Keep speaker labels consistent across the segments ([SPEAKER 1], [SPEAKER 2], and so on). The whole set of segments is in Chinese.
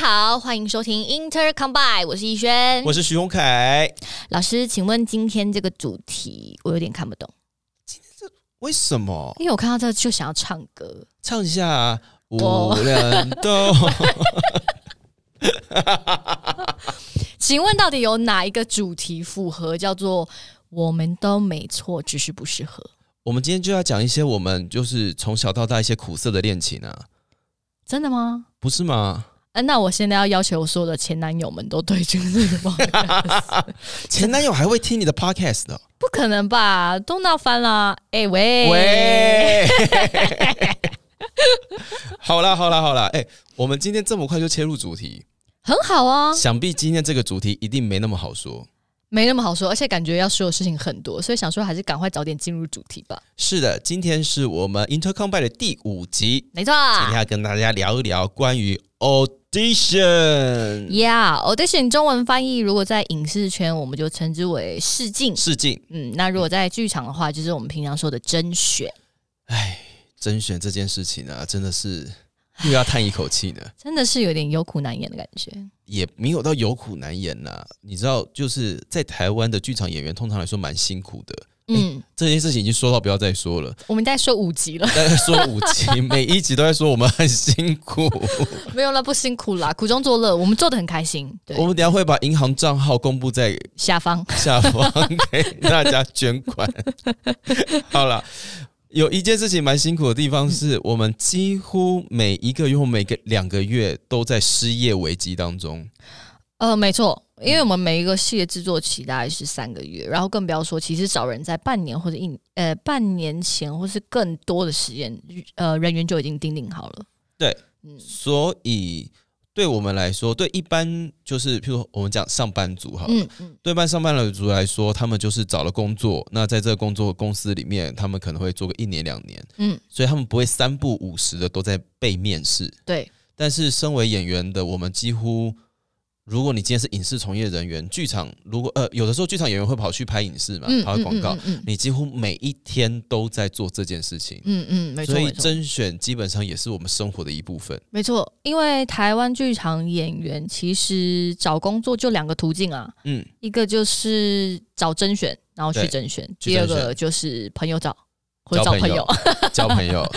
[SPEAKER 1] 好，欢迎收听 Inter Combine，我是逸轩。
[SPEAKER 2] 我是徐宏凯。
[SPEAKER 1] 老师，请问今天这个主题我有点看不懂，
[SPEAKER 2] 为什么
[SPEAKER 1] 因为我看到这就想要唱歌。
[SPEAKER 2] 唱一下啊
[SPEAKER 1] 我
[SPEAKER 2] 无人懂？
[SPEAKER 1] 请问到底有哪一个主题符合叫做我们都没错，只是不适合？
[SPEAKER 2] 我们今天就要讲一些我们就是从小到大一些苦涩的恋情啊，
[SPEAKER 1] 真的吗？
[SPEAKER 2] 不是吗？
[SPEAKER 1] 啊、那我现在要要求所有的前男友们都对这个报 告
[SPEAKER 2] 前男友还会听你的 podcast 的？
[SPEAKER 1] 不可能吧？都闹翻了！哎、喂，
[SPEAKER 2] 喂， 好啦好啦好啦，哎、我们今天这么快就切入主题，
[SPEAKER 1] 很好啊，
[SPEAKER 2] 想必今天这个主题一定没那么好说。
[SPEAKER 1] 没那么好说，而且感觉要说的事情很多，所以想说还是赶快早点进入主题吧。
[SPEAKER 2] 是的，今天是我们 Intercom by 的第五集，
[SPEAKER 1] 没错，
[SPEAKER 2] 今天要跟大家聊一聊关于 audition
[SPEAKER 1] Yeah, 哦 audition 中文翻译，如果在影视圈，我们就称之为试镜。
[SPEAKER 2] 试镜。
[SPEAKER 1] 嗯，那如果在剧场的话，就是我们平常说的甄选。
[SPEAKER 2] 唉，甄选这件事情啊，真的是又要叹一口气呢，
[SPEAKER 1] 真的是有点有苦难言的感觉。
[SPEAKER 2] 也没有到有苦难言呐、你知道，就是在台湾的剧场演员，通常来说蛮辛苦的。
[SPEAKER 1] 嗯，
[SPEAKER 2] 这件事情已经说到不要再说了，
[SPEAKER 1] 我们再说五集了，
[SPEAKER 2] 大概说五集，每一集都在说我们很辛苦。
[SPEAKER 1] 没有啦，不辛苦啦，苦中作乐，我们做的很开心。对
[SPEAKER 2] 我，们等一下会把银行账号公布在
[SPEAKER 1] 下方
[SPEAKER 2] 下方给大家捐款。好了，有一件事情蛮辛苦的地方是，我们几乎每一个月或每个两个月都在失业危机当中。
[SPEAKER 1] 呃，没错，因为我们每一个系列制作期大概是三个月，然后更不要说，其实找人在半年或者一呃半年前或是更多的时间，呃人员就已经定定好了。
[SPEAKER 2] 对，
[SPEAKER 1] 嗯，
[SPEAKER 2] 所以对我们来说，对一般就是譬如我们讲上班族哈，
[SPEAKER 1] 嗯嗯，
[SPEAKER 2] 对一般上班族来说，他们就是找了工作，那在这个工作公司里面，他们可能会做个一年两年，
[SPEAKER 1] 嗯，
[SPEAKER 2] 所以他们不会三不五时的都在被面试。
[SPEAKER 1] 对，
[SPEAKER 2] 但是身为演员的我们，几乎如果你今天是影视从业人员，剧场如果呃有的时候剧场演员会跑去拍影视嘛，
[SPEAKER 1] 嗯
[SPEAKER 2] 拍啊广告，，
[SPEAKER 1] 嗯嗯
[SPEAKER 2] 你几乎每一天都在做这件事情，
[SPEAKER 1] 嗯嗯，没错
[SPEAKER 2] 所以
[SPEAKER 1] 没错
[SPEAKER 2] 甄选基本上也是我们生活的一部分。
[SPEAKER 1] 没错，因为台湾剧场演员其实找工作就两个途径啊，
[SPEAKER 2] 嗯，
[SPEAKER 1] 一个就是找甄选，然后去
[SPEAKER 2] 对
[SPEAKER 1] 甄选；
[SPEAKER 2] 去
[SPEAKER 1] 第二
[SPEAKER 2] 甄
[SPEAKER 1] 个
[SPEAKER 2] 选
[SPEAKER 1] 就是朋友找或者找
[SPEAKER 2] 交朋
[SPEAKER 1] 朋
[SPEAKER 2] 友
[SPEAKER 1] 友，
[SPEAKER 2] 交 朋友，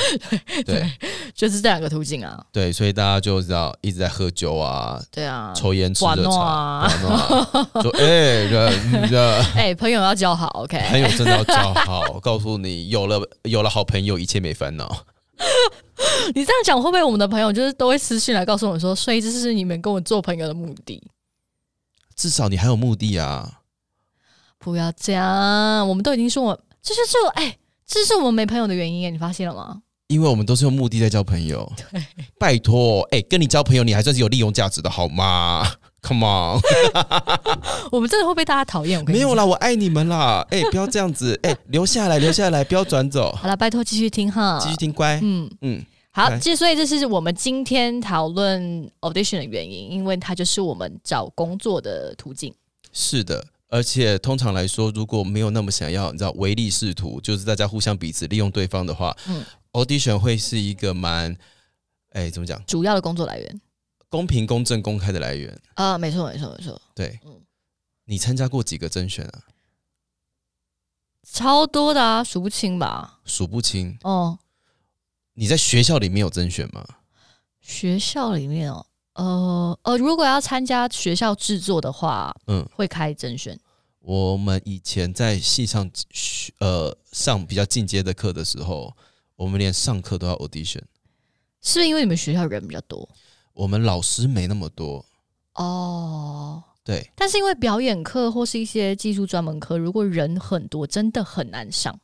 [SPEAKER 2] 对
[SPEAKER 1] 就是这两个途径啊。
[SPEAKER 2] 对，所以大家就知道一直在喝酒啊。
[SPEAKER 1] 对啊，
[SPEAKER 2] 抽烟吃
[SPEAKER 1] 玩
[SPEAKER 2] 热
[SPEAKER 1] 弄
[SPEAKER 2] 茶，
[SPEAKER 1] 啊
[SPEAKER 2] 玩弄啊说哎，人的
[SPEAKER 1] 哎、朋友要交好，OK。
[SPEAKER 2] 朋友真的要交好。我告诉你，有了有了好朋友，一切没烦恼。
[SPEAKER 1] 你这样讲会不会我们的朋友就是都会私信来告诉我们说，所以这是你们跟我做朋友的目的？
[SPEAKER 2] 至少你还有目的啊！
[SPEAKER 1] 不要这样，我们都已经说我这就是这哎、这是我们没朋友的原因哎耶，你发现了吗？
[SPEAKER 2] 因为我们都是用目的在交朋友。拜托，哎、跟你交朋友，你还算是有利用价值的好吗？Come on，
[SPEAKER 1] 我们真的会被大家讨厌。我跟你
[SPEAKER 2] 没有
[SPEAKER 1] 讲
[SPEAKER 2] 啦，我爱你们啦！哎、不要这样子，哎、留下来，留下来，不要转走，
[SPEAKER 1] 好了，拜托继续听哈，
[SPEAKER 2] 继续听乖。
[SPEAKER 1] 嗯。
[SPEAKER 2] 嗯，
[SPEAKER 1] 好，
[SPEAKER 2] 来
[SPEAKER 1] 这所以这是我们今天讨论 audition 的原因，因为它就是我们找工作的途径。
[SPEAKER 2] 是的。而且通常来说，如果没有那么想要，你知道唯利是图，就是大家互相彼此利用对方的话，
[SPEAKER 1] 嗯
[SPEAKER 2] 嗯，audition 会是一个蛮，哎、怎么讲，
[SPEAKER 1] 主要的工作来源。
[SPEAKER 2] 公平、公正、公开的来源。
[SPEAKER 1] 啊，没错，没错，没错，
[SPEAKER 2] 对，
[SPEAKER 1] 嗯
[SPEAKER 2] 你参加过几个甄选啊？
[SPEAKER 1] 超多的啊，数不清吧？
[SPEAKER 2] 数不清。
[SPEAKER 1] 哦，
[SPEAKER 2] 你在学校里面有甄选吗？
[SPEAKER 1] 学校里面哦，呃呃，如果要参加学校制作的话，
[SPEAKER 2] 嗯，
[SPEAKER 1] 会开甄选。
[SPEAKER 2] 我们以前在系上学呃上比较进阶的课的时候，我们连上课都要 audition。
[SPEAKER 1] 是不是因为你们学校人比较多？
[SPEAKER 2] 我们老师没那么多，
[SPEAKER 1] 哦，
[SPEAKER 2] 对，
[SPEAKER 1] 但是因为表演课或是一些技术专门课，如果人很多，真的很难上。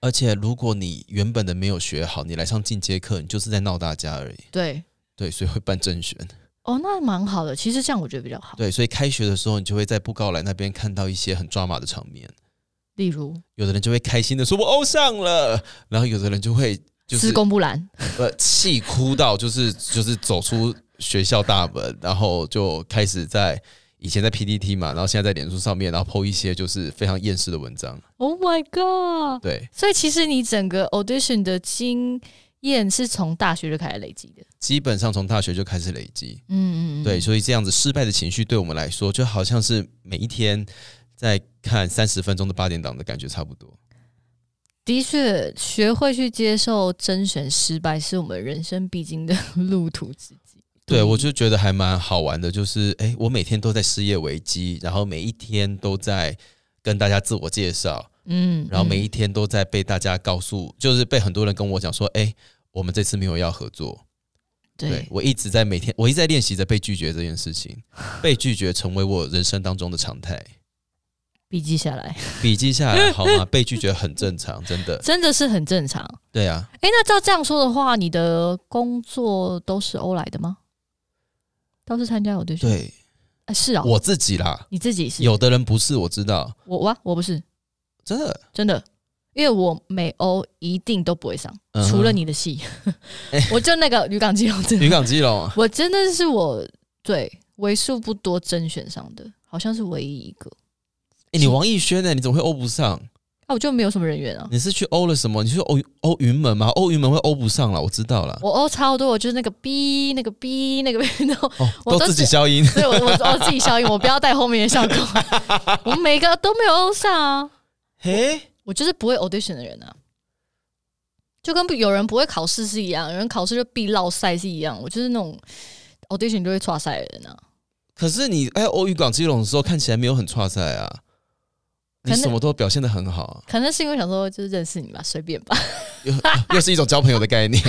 [SPEAKER 2] 而且如果你原本的没有学好，你来上进阶课，你就是在闹大家而已。
[SPEAKER 1] 对，
[SPEAKER 2] 对，所以会办甄选。
[SPEAKER 1] 哦，那蛮好的。其实这样我觉得比较好。
[SPEAKER 2] 对，所以开学的时候，你就会在布告栏那边看到一些很抓马的场面。
[SPEAKER 1] 例如，
[SPEAKER 2] 有的人就会开心的说“我欧上了”，然后有的人就会就是
[SPEAKER 1] 施工不兰，
[SPEAKER 2] 呃气哭到就是就是走出学校大门，然后就开始在以前在 PPT 嘛，然后现在在脸书上面，然后 PO 一些就是非常厌世的文章。
[SPEAKER 1] Oh my god！
[SPEAKER 2] 对，
[SPEAKER 1] 所以其实你整个 audition 的经验是从大学就开始累积的。
[SPEAKER 2] 基本上从大学就开始累积。
[SPEAKER 1] 嗯嗯，嗯
[SPEAKER 2] 对，，所以这样子失败的情绪对我们来说，就好像是每一天在看三十分钟的八点档的感觉差不多。
[SPEAKER 1] 的确，学会去接受甄选失败是我们人生必经的 路途之一。
[SPEAKER 2] 对，我就觉得还蛮好玩的，就是诶，我每天都在失业危机，然后每一天都在跟大家自我介绍，
[SPEAKER 1] 嗯，
[SPEAKER 2] 然后每
[SPEAKER 1] 嗯
[SPEAKER 2] 一天都在被大家告诉，就是被很多人跟我讲说，诶，我们这次没有要合作。对
[SPEAKER 1] 对
[SPEAKER 2] 我一直在每天，我一直在练习着被拒绝这件事情，被拒绝成为我人生当中的常态。
[SPEAKER 1] 笔记下来，
[SPEAKER 2] 笔记下
[SPEAKER 1] 嗯
[SPEAKER 2] 来好吗？被拒绝很正常，真的。
[SPEAKER 1] 真的是很正常。
[SPEAKER 2] 对啊，
[SPEAKER 1] 诶，那照这样说的话，你的工作都是欧来的吗？都是参加我对选？
[SPEAKER 2] 对
[SPEAKER 1] 啊，是啊、
[SPEAKER 2] 我自己啦，
[SPEAKER 1] 你自己是
[SPEAKER 2] 有的人不是，我知道，
[SPEAKER 1] 我哇，我不是
[SPEAKER 2] 真的。
[SPEAKER 1] 真的，因为我美欧一定都不会上，
[SPEAKER 2] 嗯哼
[SPEAKER 1] 除了你的 戏，我就那个渔港基隆真
[SPEAKER 2] 渔
[SPEAKER 1] 的，
[SPEAKER 2] 港基 隆，啊
[SPEAKER 1] 我真的是我对为数不多甄选上的，好像是唯一一个。
[SPEAKER 2] 哎、你王艺轩呢？你怎么会欧不上？
[SPEAKER 1] 啊，我就没有什么人缘啊。
[SPEAKER 2] 你是去欧了什么？你去欧欧云门吗？欧云门会欧不上了，我知道了。
[SPEAKER 1] 我哦超多，我就是那个 B 那个 B 那个 B，然 后
[SPEAKER 2] 哦，
[SPEAKER 1] 我
[SPEAKER 2] 都
[SPEAKER 1] 都
[SPEAKER 2] 自己
[SPEAKER 1] 是
[SPEAKER 2] 消音。
[SPEAKER 1] 所以 我我我自己消音，我不要带后面的效 果。我每个都没有欧上啊，
[SPEAKER 2] 嘿，
[SPEAKER 1] 我就是不会 audition 的人啊，就跟不有人不会考试是一样，有人考试就必落赛是一样，我就是那种 audition 就会错赛的人啊。
[SPEAKER 2] 可是你哎，欧渔港基隆的时候看起来没有很差赛啊，
[SPEAKER 1] 可
[SPEAKER 2] 你
[SPEAKER 1] 能
[SPEAKER 2] 什么都表现的很好啊，
[SPEAKER 1] 可能是因为想说就是认识你吧，随便吧。
[SPEAKER 2] 又又是一种交朋友的概念。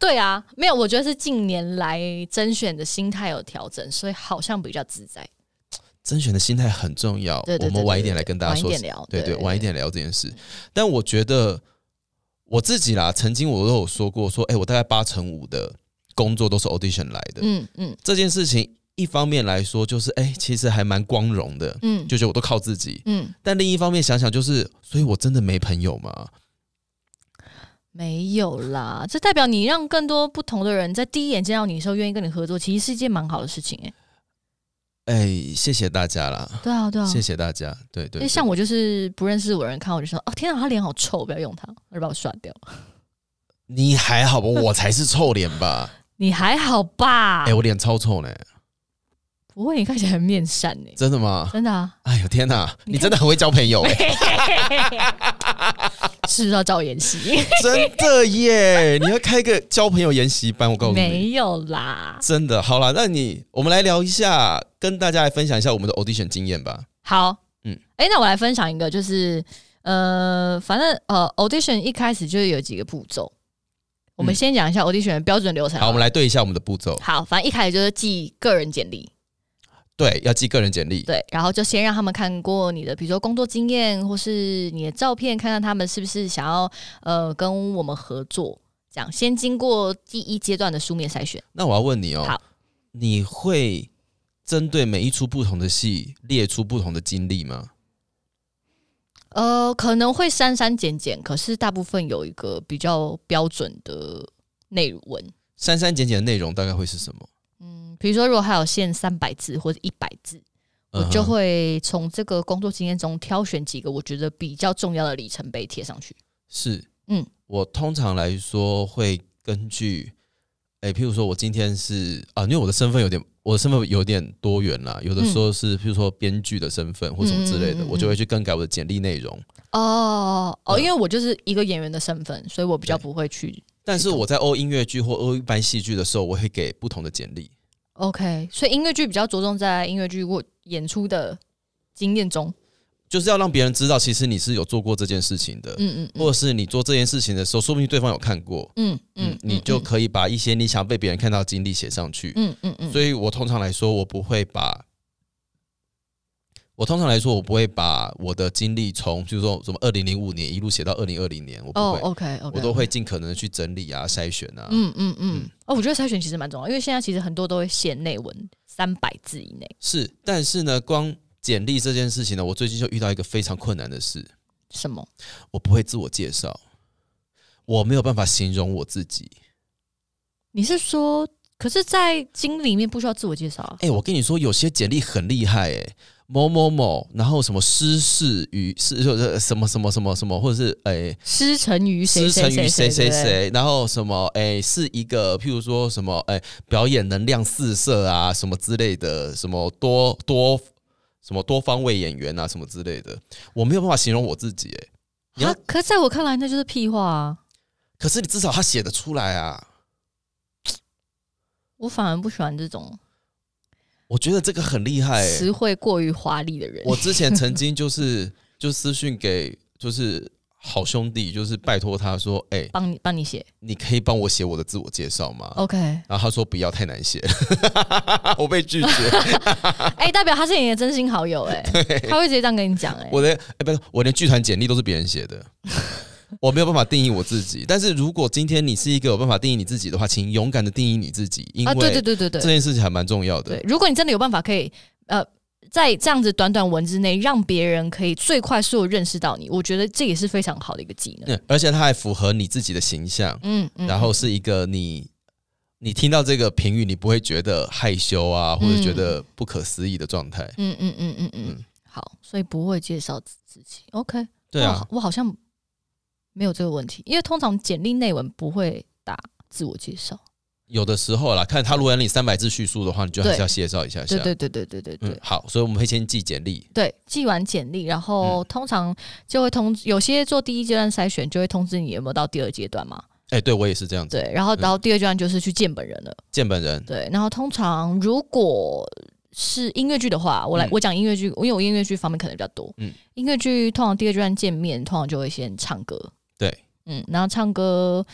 [SPEAKER 1] 对啊，没有，我觉得是近年来甄选的心态有调整，所以好像比较自在。
[SPEAKER 2] 甄选的心态很重要，
[SPEAKER 1] 对对对
[SPEAKER 2] 我们晚一点来跟大家说
[SPEAKER 1] 晚一点聊，
[SPEAKER 2] 对对，
[SPEAKER 1] 对
[SPEAKER 2] 晚一点聊这件事。但我觉得我自己啦，曾经我都有说过，说，哎、我大概八成五的工作都是 audition 来的。
[SPEAKER 1] 嗯嗯
[SPEAKER 2] 这件事情一方面来说，就是哎、其实还蛮光荣的，
[SPEAKER 1] 嗯
[SPEAKER 2] 就觉得我都靠自己。
[SPEAKER 1] 嗯，
[SPEAKER 2] 但另一方面想想，就是，所以我真的没朋友吗？
[SPEAKER 1] 没有啦，这代表你让更多不同的人在第一眼见到你的时候愿意跟你合作，其实是一件蛮好的事情哎、
[SPEAKER 2] 哎、谢谢大家啦，
[SPEAKER 1] 对啊对啊，
[SPEAKER 2] 谢谢大家。对对
[SPEAKER 1] 因
[SPEAKER 2] 对
[SPEAKER 1] 为像我就是不认识我的人看我就说，哦天啊，他脸好臭，不要用他，我就把我刷掉。
[SPEAKER 2] 你还好吧？我才是臭脸 吧？
[SPEAKER 1] 你还好吧？
[SPEAKER 2] 哎、我脸超臭呢，
[SPEAKER 1] 不会，你看起来很面善 呢、
[SPEAKER 2] 真的吗？
[SPEAKER 1] 真的啊，
[SPEAKER 2] 哎呦天哪，
[SPEAKER 1] 你看
[SPEAKER 2] 你真的很会交 朋友哎、
[SPEAKER 1] 是不是要找我演戏？
[SPEAKER 2] 真的耶！你要开个交朋友研习班，我告诉你，
[SPEAKER 1] 没有啦。
[SPEAKER 2] 真的。好了，那你我们来聊一下，跟大家来分享一下我们的 audition 经验吧。
[SPEAKER 1] 好，
[SPEAKER 2] 嗯
[SPEAKER 1] 嗯，哎、那我来分享一个，就是呃，反正呃，audition 一开始就是有几个步骤，我们
[SPEAKER 2] 嗯
[SPEAKER 1] 先讲一下 audition 的标准流程。
[SPEAKER 2] 好，我们来对一下我们的步骤。
[SPEAKER 1] 好，反正一开始就是寄个人简历，
[SPEAKER 2] 对，要寄个人简历。
[SPEAKER 1] 对，然后就先让他们看过你的，比如说工作经验或是你的照片，看看他们是不是想要呃跟我们合作，这样先经过第一阶段的书面筛选。
[SPEAKER 2] 那我要问你哦
[SPEAKER 1] 好，
[SPEAKER 2] 你会针对每一出不同的戏列出不同的经历吗？
[SPEAKER 1] 呃，可能会删删减减，可是大部分有一个比较标准的内文。
[SPEAKER 2] 删删减减的内容大概会是什么？
[SPEAKER 1] 嗯，比如说，如果还有限三百字或者一百字，我
[SPEAKER 2] 嗯哼
[SPEAKER 1] 就会从这个工作经验中挑选几个我觉得比较重要的里程碑贴上去。
[SPEAKER 2] 是，嗯
[SPEAKER 1] 嗯，
[SPEAKER 2] 我通常来说会根据，诶，譬如说我今天是啊，因为我的身份有点，我的身份有点多元啦，有的时候是譬如说编剧的身份或什么之类的，
[SPEAKER 1] 嗯嗯嗯嗯嗯
[SPEAKER 2] 我就会去更改我的简历内容。
[SPEAKER 1] 哦哦，
[SPEAKER 2] 嗯
[SPEAKER 1] 因为我就是一个演员的身份，所以我比较
[SPEAKER 2] 对
[SPEAKER 1] 不会去
[SPEAKER 2] 但是我在欧音乐剧或欧一般戏剧的时候，我会给不同的简历。
[SPEAKER 1] OK，所以音乐剧比较着重在音乐剧或演出的经验中。
[SPEAKER 2] 就是要让别人知道，其实你是有做过这件事情的，
[SPEAKER 1] 嗯嗯嗯
[SPEAKER 2] 呃或者是你做这件事情的时候，说不定对方有看过，
[SPEAKER 1] 嗯
[SPEAKER 2] 嗯，你就可以把一些你想被别人看到的经历写上去。
[SPEAKER 1] 嗯嗯嗯，
[SPEAKER 2] 所以我通常来说，我不会把，我通常来说，我不会把我的经历从，就是说什么二零零五年一路写到二零二零年，我不
[SPEAKER 1] 哦
[SPEAKER 2] 会，
[SPEAKER 1] OK OK，
[SPEAKER 2] 我都会尽可能的去整理啊、筛选啊。
[SPEAKER 1] 嗯嗯嗯
[SPEAKER 2] 嗯，
[SPEAKER 1] 哦，我觉得筛选其实蛮重要，因为现在其实很多都会限内文三百字以内，
[SPEAKER 2] 是，但是呢，光简历这件事情呢，我最近就遇到一个非常困难的事，
[SPEAKER 1] 什么
[SPEAKER 2] 我不会自我介绍，我没有办法形容我自己。
[SPEAKER 1] 你是说，可是，在经里面不需要自我介绍啊？
[SPEAKER 2] 哎、我跟你说，有些简历很厉害、哎，某某某，然后什么失事与是就是什么什么什么什么，或者是哎诶
[SPEAKER 1] 师承于谁
[SPEAKER 2] 师
[SPEAKER 1] 谁
[SPEAKER 2] 承于
[SPEAKER 1] 谁
[SPEAKER 2] 谁谁
[SPEAKER 1] 谁，
[SPEAKER 2] 谁，然后什么诶是一个譬如说什么诶表演能量四射啊什么之类的，什么多多什么多方位演员啊什么之类的，我没有办法形容我自己诶、你
[SPEAKER 1] 对
[SPEAKER 2] 要
[SPEAKER 1] 啊，可在我看来那就是屁话啊！
[SPEAKER 2] 可是你至少他写得出来啊。
[SPEAKER 1] 我反而不喜欢这种
[SPEAKER 2] 我觉得这个很厉害、欸，
[SPEAKER 1] 词汇过于华丽的人。
[SPEAKER 2] 我之前曾经就是 就私讯给就是好兄弟，就是拜托他说，哎、
[SPEAKER 1] 帮你帮你写
[SPEAKER 2] 你可以帮我写我的自我介绍吗？
[SPEAKER 1] ，OK？
[SPEAKER 2] 然后他说不要太难写 了，我被拒绝。
[SPEAKER 1] 哎、代表他是你的真心好友、 哎，他会直接这样跟你讲、哎，
[SPEAKER 2] 我连哎、不是，我连剧团简历都是别人写的， 我没有办法定义我自己。但是如果今天你是一个有办法定义你自己的话，请勇敢的定义你自己，因
[SPEAKER 1] 啊，对对
[SPEAKER 2] 为
[SPEAKER 1] 对对
[SPEAKER 2] 这
[SPEAKER 1] 对
[SPEAKER 2] 件事情还蛮重要的
[SPEAKER 1] 对。，如果你真的有办法可以呃，在这样子短短文字内让别人可以最快速的认识到你，我觉得这也是非常好的一个技能。
[SPEAKER 2] 嗯，而且它还符合你自己的形象。
[SPEAKER 1] 嗯嗯，
[SPEAKER 2] 然后是一个你你听到这个评语，你不会觉得害羞啊，或者觉得不可思议的状态。
[SPEAKER 1] 嗯嗯嗯嗯嗯
[SPEAKER 2] 嗯
[SPEAKER 1] 嗯，好，所以不会介绍自自己，OK？
[SPEAKER 2] 对
[SPEAKER 1] 我
[SPEAKER 2] 啊
[SPEAKER 1] 好，我好像没有这个问题，因为通常简历内文不会打自我介
[SPEAKER 2] 啊
[SPEAKER 1] 绍。
[SPEAKER 2] 有的时候啦，看他如果让你三百字叙述的话，你就还是啊
[SPEAKER 1] 对
[SPEAKER 2] 要介绍一下下。
[SPEAKER 1] 对对对对对对对。
[SPEAKER 2] 嗯，好，所以我们会先寄简历。
[SPEAKER 1] 对，寄完简历，然
[SPEAKER 2] 嗯
[SPEAKER 1] 后通常就会通，有些做第一阶段筛选就会通知你有没有到第二阶段嘛。
[SPEAKER 2] 哎、对我也是这样子，
[SPEAKER 1] 对，然后然后第二阶段就是去见本人了。
[SPEAKER 2] 见本人。
[SPEAKER 1] 对，然后通常如果是音乐剧的话，我来、
[SPEAKER 2] 嗯
[SPEAKER 1] 我讲音乐剧，因为我音乐剧方面可能比较多。
[SPEAKER 2] 嗯
[SPEAKER 1] 嗯，音乐剧通常第二阶段见面，通常就会先唱歌。
[SPEAKER 2] 对，
[SPEAKER 1] 嗯，然后唱歌，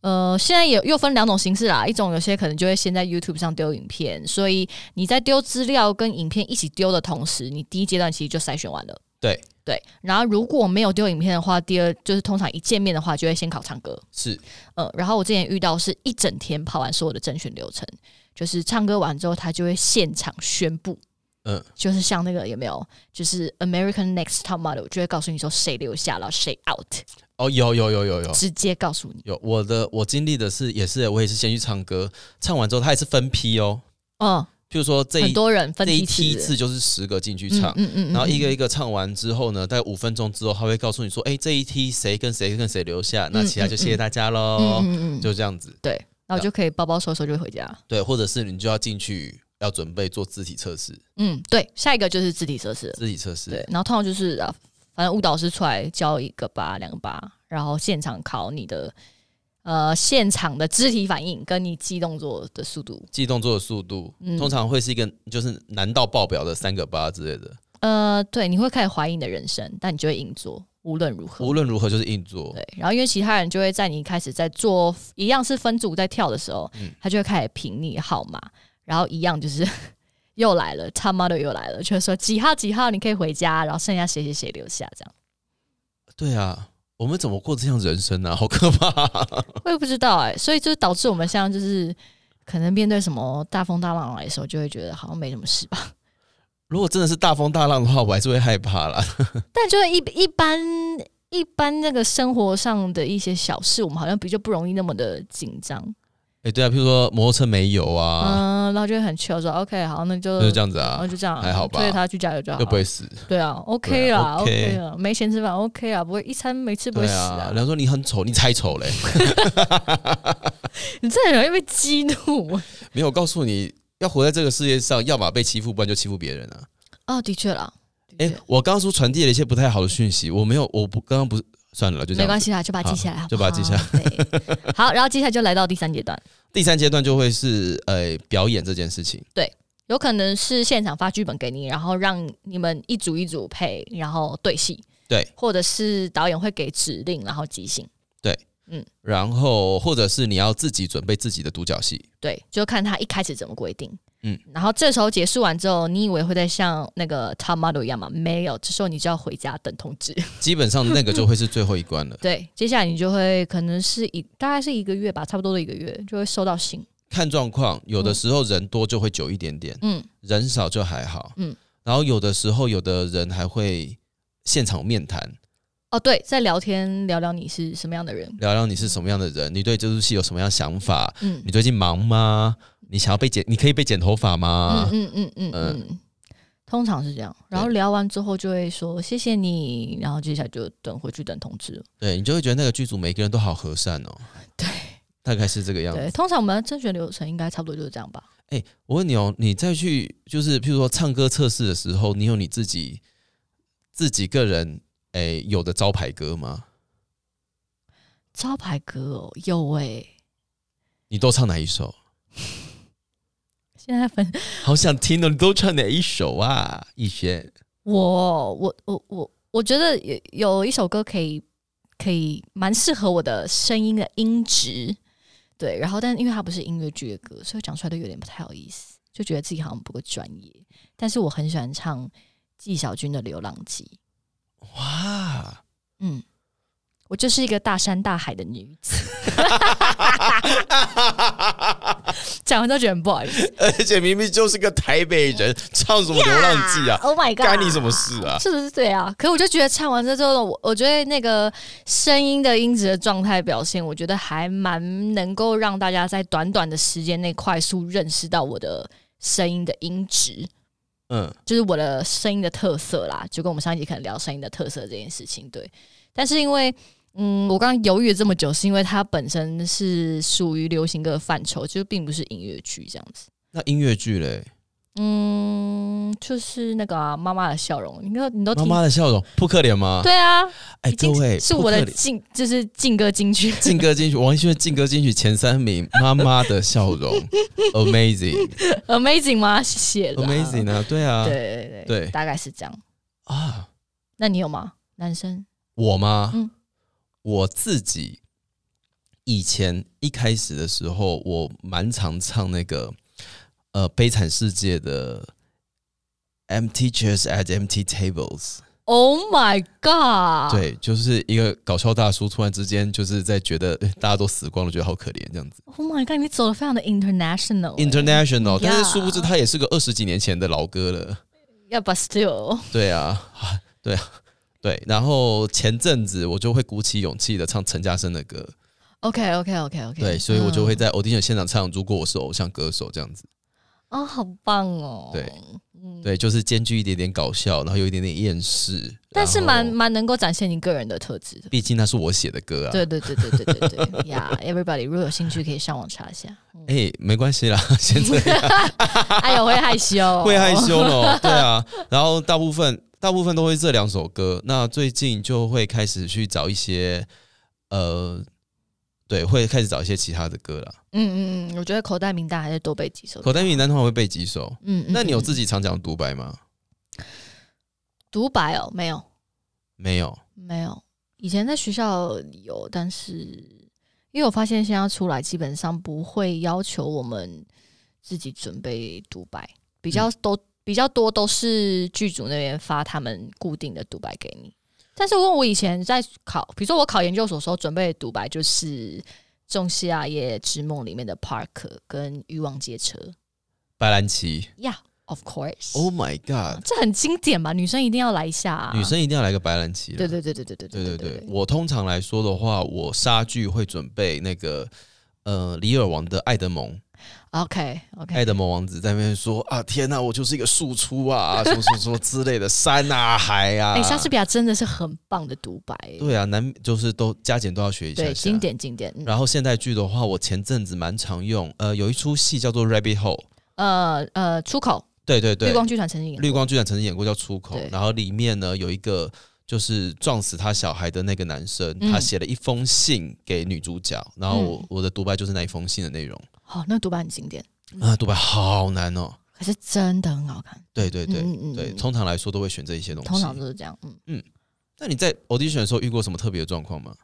[SPEAKER 1] 呃，现在也又分两种形式啦，一种有些可能就会先在 YouTube 上丢影片，所以你在丢资料跟影片一起丢的同时，你第一阶段其实就筛选完了。
[SPEAKER 2] 对
[SPEAKER 1] 对，然后如果没有丢影片的话，第二就是通常一见面的话，就会先考唱歌。
[SPEAKER 2] 是
[SPEAKER 1] 呃，然后我之前遇到是一整天跑完所有的甄选流程，就是唱歌完之后，他就会现场宣布，
[SPEAKER 2] 嗯
[SPEAKER 1] 就是像那个有没有，就是 American Next Top Model 就会告诉你说谁留下了谁 out，
[SPEAKER 2] 哦，有有有有有
[SPEAKER 1] 直接告诉你。
[SPEAKER 2] 有，我的我经历的是也是我也是先去唱歌，唱完之后他也是分批哦，
[SPEAKER 1] 嗯，
[SPEAKER 2] 譬如说这
[SPEAKER 1] 很
[SPEAKER 2] 一
[SPEAKER 1] 多人分
[SPEAKER 2] 这一
[SPEAKER 1] 批
[SPEAKER 2] 梯
[SPEAKER 1] 次
[SPEAKER 2] 次就是十个进去
[SPEAKER 1] 嗯
[SPEAKER 2] 唱，
[SPEAKER 1] 嗯嗯，嗯
[SPEAKER 2] 然后一个
[SPEAKER 1] 嗯
[SPEAKER 2] 一个唱完之后呢，大概五分钟之后，他会告诉你说：“哎、这一梯谁跟谁跟谁留下，那其他就谢谢大家喽。
[SPEAKER 1] 嗯嗯嗯嗯，
[SPEAKER 2] 就这样子。
[SPEAKER 1] 对，然后就可以包包收收就回家。
[SPEAKER 2] 对，或者是你就要进去要准备做肢体测试，
[SPEAKER 1] 嗯，对，下一个就是肢体设施了，
[SPEAKER 2] 肢体测试。
[SPEAKER 1] 对，然后通常就是啊，反正舞蹈师出来教一个八两个八，然后现场考你的呃现场的肢体反应跟你记动作的速度。
[SPEAKER 2] 记动作的速度、
[SPEAKER 1] 嗯
[SPEAKER 2] 通常会是一个就是难到爆表的三个八之类的，
[SPEAKER 1] 呃，对，你会开始怀疑你的人生，但你就会硬做，无论如何
[SPEAKER 2] 无。论如何就是硬做。
[SPEAKER 1] 对，然后因为其他人就会在你开始在做一样是分组在跳的时候，
[SPEAKER 2] 嗯
[SPEAKER 1] 他就会开始评你号码，然后一样就是 又来了，他妈的又来了，就是说几号几号你可以回家，然后剩下谁谁谁留下这样。
[SPEAKER 2] 对啊，我们怎么过这样人生呢、啊？好 可怕、
[SPEAKER 1] 我也不知道哎、所以就是导致我们现在就是可能面对什么大风大浪来的时候，就会觉得好像没什么事 吧。
[SPEAKER 2] 如果真的是大风大浪的话，我还是会害怕啦。
[SPEAKER 1] 但就是一一般一般那个生活上的一些小事，我们好像比较不容易那么的紧张，
[SPEAKER 2] 哎、对啊，譬如说摩托车没油啊，
[SPEAKER 1] 嗯、然后就会很 chill 说 OK，好，那就
[SPEAKER 2] 就是这样子
[SPEAKER 1] 然
[SPEAKER 2] 啊
[SPEAKER 1] 后，就这样啊，
[SPEAKER 2] 还好吧
[SPEAKER 1] 推着他去加油就好
[SPEAKER 2] 又不会死。
[SPEAKER 1] 对啊，OK
[SPEAKER 2] 对啊
[SPEAKER 1] 啦
[SPEAKER 2] OK
[SPEAKER 1] ，OK 啦，没钱吃饭 OK 啦，不会一餐没吃不会
[SPEAKER 2] 对
[SPEAKER 1] 死
[SPEAKER 2] 啊，
[SPEAKER 1] 啊
[SPEAKER 2] 人。家说你很丑，你才丑 嘞。
[SPEAKER 1] 你这人容易被激 怒
[SPEAKER 2] 没有我告诉你要活在这个世界上，要么被欺负，不然就欺负别人啊。
[SPEAKER 1] 哦，的确啦，
[SPEAKER 2] 哎、
[SPEAKER 1] 的确
[SPEAKER 2] 我刚刚说传递了一些不太好的讯息，我没有，我不刚刚不是算了，就这
[SPEAKER 1] 没
[SPEAKER 2] 样
[SPEAKER 1] 关
[SPEAKER 2] 子。
[SPEAKER 1] 系啦，就把它记
[SPEAKER 2] 好
[SPEAKER 1] 下来好不好，
[SPEAKER 2] 就把它记下
[SPEAKER 1] 来。对，好，然后接下来就来到第三阶段。
[SPEAKER 2] 第三阶段就会是呃表演这件事情，
[SPEAKER 1] 有可能是现场发剧本给你，然后让你们一组一组配，然后对戏，
[SPEAKER 2] 对，
[SPEAKER 1] 或者是导演会给指令，然后即兴，
[SPEAKER 2] 然后或者是你要自己准备自己的独角戏，
[SPEAKER 1] 对，就看他一开始怎么规定。
[SPEAKER 2] 嗯
[SPEAKER 1] 嗯，然后这时候结束完之后，你以为会再像那个 top model 一样吗？没有，这时候你就要回家等通知。。
[SPEAKER 2] 基本上那个就会是最后一关了
[SPEAKER 1] 对，接下来你就会可能是一大概是一个月吧，差不多的一个月就会收到信。
[SPEAKER 2] 看状况，有的时候人多就会久一点点，
[SPEAKER 1] 嗯，
[SPEAKER 2] 人少就还好。嗯
[SPEAKER 1] 嗯，
[SPEAKER 2] 然后有的时候有的人还会现场面谈，
[SPEAKER 1] 哦，对，在聊天聊聊你是什么样的人。
[SPEAKER 2] 聊聊你是什么样的人，你对这出戏有什么样的想法，
[SPEAKER 1] 嗯
[SPEAKER 2] 啊你最近忙吗？你想要被剪，你可以被剪头发吗？
[SPEAKER 1] 嗯嗯嗯嗯嗯，嗯通常是这样。然后聊完之后就会说谢谢你，然后接下来就等回去等通知了。
[SPEAKER 2] 对你就会觉得那个剧组每个人都好和善哦。
[SPEAKER 1] 对，
[SPEAKER 2] 大概是这个样子
[SPEAKER 1] 对，。通常我们的甄选流程应该差不多就是这样吧。
[SPEAKER 2] 哎、我问你哦，你再去就是譬如说唱歌测试的时候，你有你自己自己个人哎、有的招牌歌吗？
[SPEAKER 1] 招牌歌哦，有哎、
[SPEAKER 2] 你都唱哪一首？
[SPEAKER 1] 现在粉
[SPEAKER 2] 好想听哦，你都唱哪一首啊？逸轩，
[SPEAKER 1] 我我我我我觉得有有一首歌可以可以蛮适合我的声音的音质，对。然后，但因为它不是音乐剧的歌，所以讲出来都有点不太好意思，就觉得自己好像不够专业。但是我很喜欢唱纪晓君的《流浪记》，
[SPEAKER 2] 哇！
[SPEAKER 1] 嗯，我就是一个大山大海的女 子，讲完都觉得很不好意 思。
[SPEAKER 2] 而且明明就是个台北人，唱什么《流浪记》啊？
[SPEAKER 1] o h Oh my god，
[SPEAKER 2] 干你什么事啊？
[SPEAKER 1] 是不是对啊？可我就觉得唱完这之后，我我觉得那个声音的音质的状态表现，我觉得还蛮能够让大家在短短的时间内快速认识到我的声音的音质，
[SPEAKER 2] 嗯，
[SPEAKER 1] 就是我的声音的特色啦。就跟我们上一集可能聊声音的特色这件事情，对。但是因为嗯，我刚刚犹豫了这么久，是因为它本身是属于流行歌的范畴，就并不是音乐剧这样子。
[SPEAKER 2] 那音乐剧嘞，
[SPEAKER 1] 嗯，就是那个啊妈、妈的笑容，你都你都
[SPEAKER 2] 妈
[SPEAKER 1] 听
[SPEAKER 2] 妈的笑容，扑克脸吗？，
[SPEAKER 1] 对啊，
[SPEAKER 2] 哎，
[SPEAKER 1] 已
[SPEAKER 2] 各
[SPEAKER 1] 经
[SPEAKER 2] 位，
[SPEAKER 1] 是我的
[SPEAKER 2] 扑克脸
[SPEAKER 1] 进，就是进歌金曲。
[SPEAKER 2] 劲歌金曲，王艺轩劲歌金曲前三名，《妈妈的笑 容》，Amazing，Amazing
[SPEAKER 1] Amazing 吗？谢谢啦。
[SPEAKER 2] 啊，对啊，
[SPEAKER 1] 对对对
[SPEAKER 2] 对
[SPEAKER 1] 大概是这样。
[SPEAKER 2] 啊，
[SPEAKER 1] 那你有吗？男生
[SPEAKER 2] 我吗？
[SPEAKER 1] 嗯
[SPEAKER 2] 我自己以前一开始的时候，我蛮常唱那个呃《悲惨世界》的。Empty chairs at empty tables，、
[SPEAKER 1] ？Oh my god！，
[SPEAKER 2] 对，就是一个搞笑大叔，突然之间就是在觉得、 哎大家都死光了，觉得好可怜这样子。
[SPEAKER 1] ，Oh my god！你走的非常的 international 欸、
[SPEAKER 2] International，但是
[SPEAKER 1] Yeah
[SPEAKER 2] 殊不知他也是个二十几年前的老歌了。
[SPEAKER 1] 要 but still，
[SPEAKER 2] 对啊， 啊对啊，对。然后前阵子我就会鼓起勇气的唱陈嘉生的歌，
[SPEAKER 1] OK OK OK OK。
[SPEAKER 2] 对，所以我就会
[SPEAKER 1] 嗯
[SPEAKER 2] 在 audition 现场唱《如果我是偶像歌手》这样子，
[SPEAKER 1] 哦，好棒哦。
[SPEAKER 2] 对
[SPEAKER 1] 嗯，
[SPEAKER 2] 对，就是兼具一点点搞笑，然后有一点点厌世，
[SPEAKER 1] 但是蛮
[SPEAKER 2] 然后
[SPEAKER 1] 蛮能够展现你个人的特质的。
[SPEAKER 2] 毕竟那是我写的歌啊，
[SPEAKER 1] 对对对对对对对 ，Yeah，everybody，如果有兴趣可以上网查一下。嗯
[SPEAKER 2] 哎、没关系啦，现在
[SPEAKER 1] 哎呦，会害羞，
[SPEAKER 2] 会害羞咯，对啊，然后大部分大部分都会这两首歌，那最近就会开始去找一些，呃，对，会开始找一些其他的歌啦。
[SPEAKER 1] 嗯嗯嗯，我觉得口袋名单还是多背几首。
[SPEAKER 2] 口袋名单通常会背几首，
[SPEAKER 1] 嗯，嗯
[SPEAKER 2] 那你有自
[SPEAKER 1] 己
[SPEAKER 2] 己常讲独白吗？
[SPEAKER 1] 独白哦？没有，
[SPEAKER 2] 没有，
[SPEAKER 1] 没有。以前在学校有，但是因为我发现现在出来基本上不会要求我们自己准备独白，比较
[SPEAKER 2] 嗯
[SPEAKER 1] 都、比较多都是剧组那边发他们固定的独白给你。但是问我以前在考，比如说我考研究所的时候准备的独白就是《仲夏夜之梦》里面的 Park 跟《欲望街车》
[SPEAKER 2] 白兰奇。
[SPEAKER 1] ，Yeah，of course。
[SPEAKER 2] Oh my god！、
[SPEAKER 1] 这很经典吧？女生一定要来一下、啊。
[SPEAKER 2] 女生一定要来个白兰奇啦。
[SPEAKER 1] 对，对对对对对
[SPEAKER 2] 对对
[SPEAKER 1] 对
[SPEAKER 2] 对我通常来说的话，我杀剧会准备那个呃李尔王的《爱德蒙》，
[SPEAKER 1] OK
[SPEAKER 2] 爱
[SPEAKER 1] OK，
[SPEAKER 2] 德蒙王子在那边说啊，天哪、我就是一个庶出啊，什么什么什么之类的，山啊海啊。
[SPEAKER 1] 哎，莎士比亚真的是很棒的独白，
[SPEAKER 2] 对啊，难就是都加减都要学一下
[SPEAKER 1] 对，
[SPEAKER 2] 下。
[SPEAKER 1] 经。典经典。嗯
[SPEAKER 2] 然后现代剧的话，我前阵子蛮常用，呃，有一出戏叫做《Rabbit Hole》，
[SPEAKER 1] 呃呃，出口
[SPEAKER 2] 对对对，
[SPEAKER 1] 绿光剧团曾经演过，
[SPEAKER 2] 绿光剧展曾经演过叫《出口
[SPEAKER 1] 对》，
[SPEAKER 2] 然后里面呢有一个就是撞死他小孩的那个男生，
[SPEAKER 1] 嗯
[SPEAKER 2] 他写了一封信给女主角，然后我、
[SPEAKER 1] 嗯
[SPEAKER 2] 我的独白就是那一封信的内容
[SPEAKER 1] 哦，那个独白很经典，
[SPEAKER 2] 啊，独白好难哦。
[SPEAKER 1] 可是真的很好看，
[SPEAKER 2] 对对对、
[SPEAKER 1] 嗯嗯嗯
[SPEAKER 2] 对，
[SPEAKER 1] 嗯
[SPEAKER 2] 通常来说都会选这一些东西。
[SPEAKER 1] 通常都是这样。嗯，
[SPEAKER 2] 那你在 audition 的时候遇过什么特别的状况吗？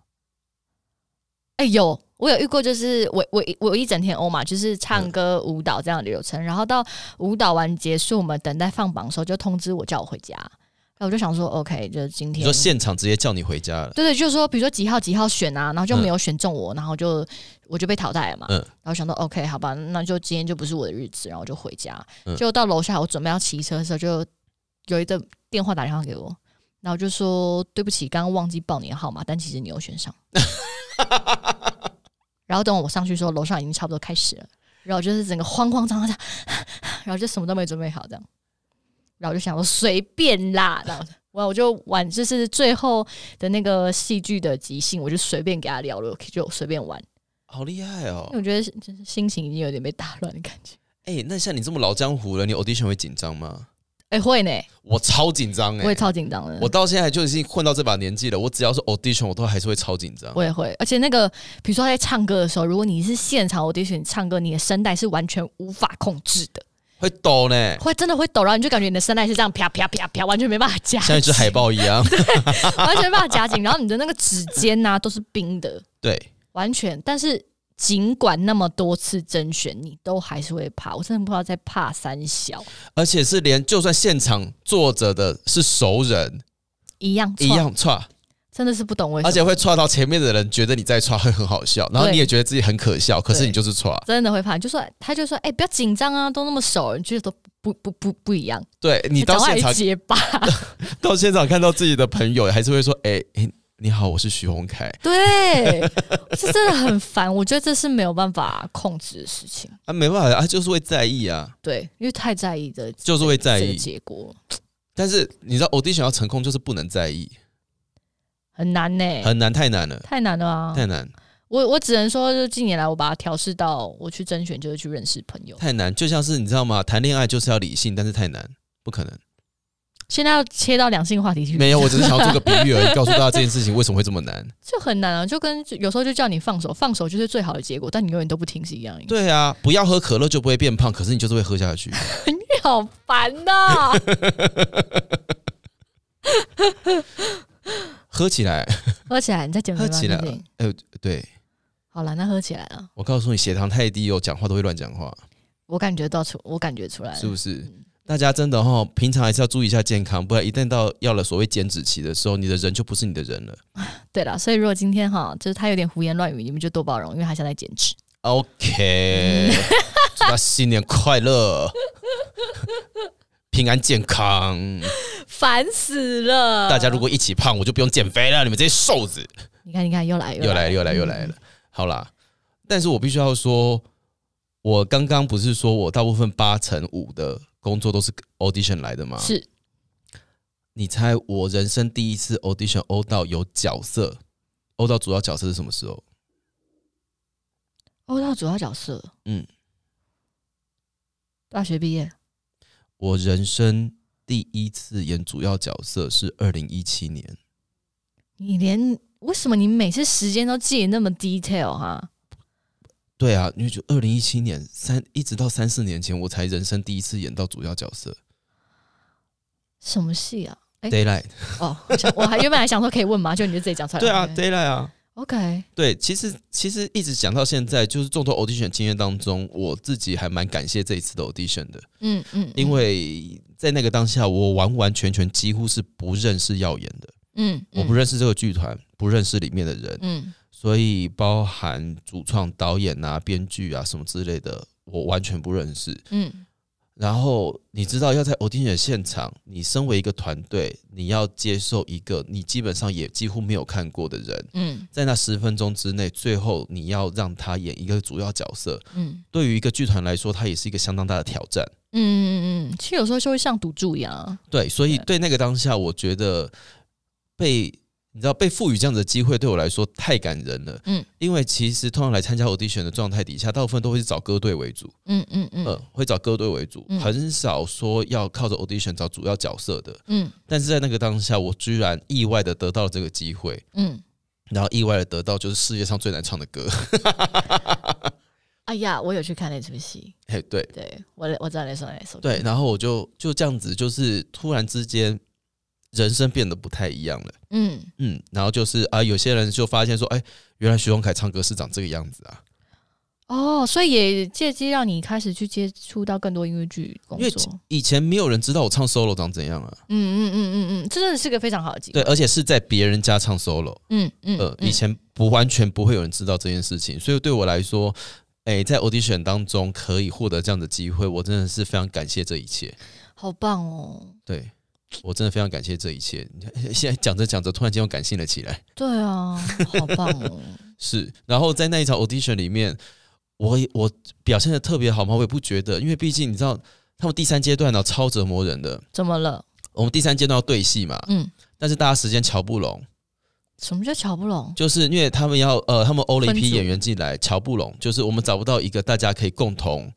[SPEAKER 1] 哎，有我有遇过，就是我我我一整天欧嘛，就是唱歌、舞蹈这样的流程，然后到舞蹈完结束，我们等待放榜的时候就通知我叫我回家，那我就想说 OK，就是今
[SPEAKER 2] 你
[SPEAKER 1] 天啊
[SPEAKER 2] 说现场直接叫你回家了，
[SPEAKER 1] 对对，就是说，比如说几号几号选啊，然后就没有选中我，然后就我就被淘汰了嘛。
[SPEAKER 2] 嗯
[SPEAKER 1] 然后想到 OK，好吧，那就今天就不是我的日子，然后我就回家。
[SPEAKER 2] 嗯
[SPEAKER 1] 就到楼下，我准备要骑车的时候，就有一个电话打电话给我，然后就说对不起，刚刚忘记报你的号码，但其实你有选上。然后等我上去说，楼上已经差不多开始了，然后就是整个慌慌张张，这样然后就什么都没准备好这样。然后我就想说随便啦，然后我我就玩，就是最后的那个戏剧的即兴，我就随便给他聊了， 就随便玩，
[SPEAKER 2] 好厉害哦
[SPEAKER 1] 因为！我觉得就是心情已经有点被打乱的感觉。
[SPEAKER 2] 哎、那像你这么老江湖了，你 audition 会紧张吗？
[SPEAKER 1] 哎、会 呢，
[SPEAKER 2] 我超紧张
[SPEAKER 1] 我也
[SPEAKER 2] 哎，
[SPEAKER 1] 超紧张的，
[SPEAKER 2] 我到现在就已经混到这把年纪了，我只要是 audition，我都还是会超紧张。
[SPEAKER 1] 我也会，而且那个比如说他在唱歌的时候，如果你是现场 audition 你唱歌，你的声带是完全无法控制的，
[SPEAKER 2] 会抖呢，
[SPEAKER 1] 会真的会抖，然后你就感觉你的声带是这样啪啪啪啪，完全没办法 夹紧，
[SPEAKER 2] 像一只海豹一 样。
[SPEAKER 1] 完全没办法夹紧，然后你的那个指尖啊呐、都是冰的，
[SPEAKER 2] 对，
[SPEAKER 1] 完全。但是尽管那么多次甄选，你都还是会怕，我真的不知道在怕三小
[SPEAKER 2] 而且是连就算现场坐着的是熟人
[SPEAKER 1] 一样
[SPEAKER 2] 一
[SPEAKER 1] 错，
[SPEAKER 2] 样串，
[SPEAKER 1] 真的是不懂为什
[SPEAKER 2] 而
[SPEAKER 1] 么，
[SPEAKER 2] 且会串到前面的人觉得你在串会很好笑，然后
[SPEAKER 1] 对
[SPEAKER 2] 你也觉得自己很可笑，可是
[SPEAKER 1] 对
[SPEAKER 2] 你就是串。
[SPEAKER 1] 真的会怕。就说他就说，哎、不要紧张啊，都那么熟了，你觉得都不不不不一样，
[SPEAKER 2] 对你到
[SPEAKER 1] 讲话
[SPEAKER 2] 现
[SPEAKER 1] 还
[SPEAKER 2] 场
[SPEAKER 1] 结巴，
[SPEAKER 2] 到现场看到自己的朋友，还是会说：“哎、哎、你好，我是徐宏凯。
[SPEAKER 1] 对，这真的很烦。我觉得这是没有办法控制的事情，”
[SPEAKER 2] 啊，没办法啊，就是会在意啊，
[SPEAKER 1] 对，因为太在意的
[SPEAKER 2] 就是会在
[SPEAKER 1] 这个
[SPEAKER 2] 意。
[SPEAKER 1] 结果
[SPEAKER 2] 但是你知道，audition 要成功就是不能在意，
[SPEAKER 1] 很难呢、
[SPEAKER 2] 很难，太难了，
[SPEAKER 1] 太难了啊！
[SPEAKER 2] 太难，
[SPEAKER 1] 我我只能说，就近年来我把它调试到我去甄选，就是去认识朋友。
[SPEAKER 2] 太难。就像是你知道吗？谈恋爱就是要理性，但是太难，不可能。
[SPEAKER 1] 现在要切到两性话题去，
[SPEAKER 2] 没有，我只是想要做个比喻而已，告诉大家这件事情为什么会这么难。
[SPEAKER 1] 就很难啊！就跟有时候就叫你放手，放手就是最好的结果，但你永远都不听是一样的。
[SPEAKER 2] 对啊，不要喝可乐就不会变胖，可是你就是会喝下去。
[SPEAKER 1] 你好烦呐、
[SPEAKER 2] 喝起来，
[SPEAKER 1] 喝起来，你在减肥
[SPEAKER 2] 喝
[SPEAKER 1] 吗？
[SPEAKER 2] 起来
[SPEAKER 1] 最近，
[SPEAKER 2] 哎、对
[SPEAKER 1] 好了，那喝起来了，
[SPEAKER 2] 我告诉你，血糖太低哦，讲话都会乱讲话，
[SPEAKER 1] 我感觉到出，我感觉出来
[SPEAKER 2] 是
[SPEAKER 1] 了。
[SPEAKER 2] 不是？大家真的哈、平常还是要注意一下健康，不然一旦到要了所谓减脂期的时候，你的人就不是你的人了。
[SPEAKER 1] 对了，所以如果今天哈，就是他有点胡言乱语，你们就多包容，因为他现在减脂。
[SPEAKER 2] OK，祝大家新年快乐， 平安健 康。
[SPEAKER 1] 烦死了！
[SPEAKER 2] 大家如果一起胖，我就不用减肥了。你们这些瘦子，
[SPEAKER 1] 你看，你看，又来嗯
[SPEAKER 2] 又来了嗯又来了又来了。好啦，但是我必须要说，我刚刚不是说我大部分八成五的工作都是 audition 来的吗？
[SPEAKER 1] 是
[SPEAKER 2] 你猜我人生第一次 audition 欧到有角色，欧到主要角色是什么时候？
[SPEAKER 1] 哦，到主要角色，
[SPEAKER 2] 嗯，
[SPEAKER 1] 大学毕业，
[SPEAKER 2] 我人生第一次演主要角色是二零一七年，
[SPEAKER 1] 你连为什么你每次时间都记得那么 detail 啊哈、
[SPEAKER 2] 对啊，因为就二零一七年三一直到三四年前，我才人生第一次演到主要角色。
[SPEAKER 1] 什么戏啊？哎
[SPEAKER 2] Daylight，
[SPEAKER 1] 哦，我想我还原本还想说可以问嘛，就你就自己讲出来。
[SPEAKER 2] 对啊，Daylight 啊，
[SPEAKER 1] ，OK，
[SPEAKER 2] 对，其实其实一直讲到现在，就是众多 audition 经验当中，我自己还蛮感谢这一次的 audition 的，
[SPEAKER 1] 嗯嗯，
[SPEAKER 2] 因为在那个当下，我完完全全几乎是不认识耀眼的，
[SPEAKER 1] 嗯，
[SPEAKER 2] 我不认识这个剧团，不认识里面的人，
[SPEAKER 1] 嗯，
[SPEAKER 2] 所以包含主创、导演啊、编剧啊什么之类的，我完全不认识。
[SPEAKER 1] 嗯嗯，
[SPEAKER 2] 然后你知道要在 audition 的现场，你身为一个团队，你要接受一个你基本上也几乎没有看过的人，
[SPEAKER 1] 嗯
[SPEAKER 2] 在那十分钟之内，最后你要让他演一个主要角色，
[SPEAKER 1] 嗯
[SPEAKER 2] 对于一个剧团来说，它也是一个相当大的挑战。
[SPEAKER 1] 嗯嗯嗯，其实有时候就会像赌注一样啊，
[SPEAKER 2] 对，所以
[SPEAKER 1] 对
[SPEAKER 2] 对那个当下，我觉得被你知道被赋予这样的机会，对我来说太感人了。
[SPEAKER 1] 嗯
[SPEAKER 2] 嗯，因为其实通常来参加 audition 的状态底下，大部分都会是找歌队为主，
[SPEAKER 1] 嗯嗯
[SPEAKER 2] 嗯、
[SPEAKER 1] 嗯
[SPEAKER 2] 会找歌队为主，
[SPEAKER 1] 嗯
[SPEAKER 2] 很少说要靠着 audition 找主要角色的。
[SPEAKER 1] 嗯
[SPEAKER 2] 但是在那个当下，我居然意外的得到了这个机会，
[SPEAKER 1] 嗯，
[SPEAKER 2] 然后意外的得到就是世界上最难唱的歌。
[SPEAKER 1] 哎呀，我有去看那出戏，
[SPEAKER 2] 嘿，对
[SPEAKER 1] 对我我知道你说哪一首，
[SPEAKER 2] 对，，然后我就就这样子，就是突然之间，人生变得不太一样了。
[SPEAKER 1] 嗯，
[SPEAKER 2] 嗯，然后就是啊，有些人就发现说，哎、原来徐宏凯唱歌是长这个样子啊。
[SPEAKER 1] 哦，所以也借机让你开始去接触到更多音乐剧工
[SPEAKER 2] 因为
[SPEAKER 1] 作。
[SPEAKER 2] 以前没有人知道我唱 solo 长怎样啊。
[SPEAKER 1] 嗯嗯嗯嗯嗯，这真的是个非常好的机会。
[SPEAKER 2] 对，而且是在别人家唱 solo，
[SPEAKER 1] 嗯嗯，
[SPEAKER 2] 呃，
[SPEAKER 1] 嗯
[SPEAKER 2] 以前不完全不会有人知道这件事情，所以对我来说，哎、在 audition 当中可以获得这样的机会，我真的是非常感谢这一切。
[SPEAKER 1] 好棒哦。
[SPEAKER 2] 对我真的非常感谢这一切。 你看现在讲着讲着，突然间又感性了起来。
[SPEAKER 1] 对啊，好棒 哦。
[SPEAKER 2] 是，然后在那一场 audition 里面，我也我表现的特别好吗？我也不觉得，因为毕竟你知道，他们第三阶段呢超折磨人的。
[SPEAKER 1] 怎么了？
[SPEAKER 2] 我们第三阶段要对戏嘛，
[SPEAKER 1] 嗯，
[SPEAKER 2] 但是大家时间瞧不拢，
[SPEAKER 1] 什么叫瞧不拢？
[SPEAKER 2] 就是因为他们要呃，他们欧了一
[SPEAKER 1] 分
[SPEAKER 2] 批
[SPEAKER 1] 组
[SPEAKER 2] 演员进来，瞧不拢，就是我们找不到一个大家可以共同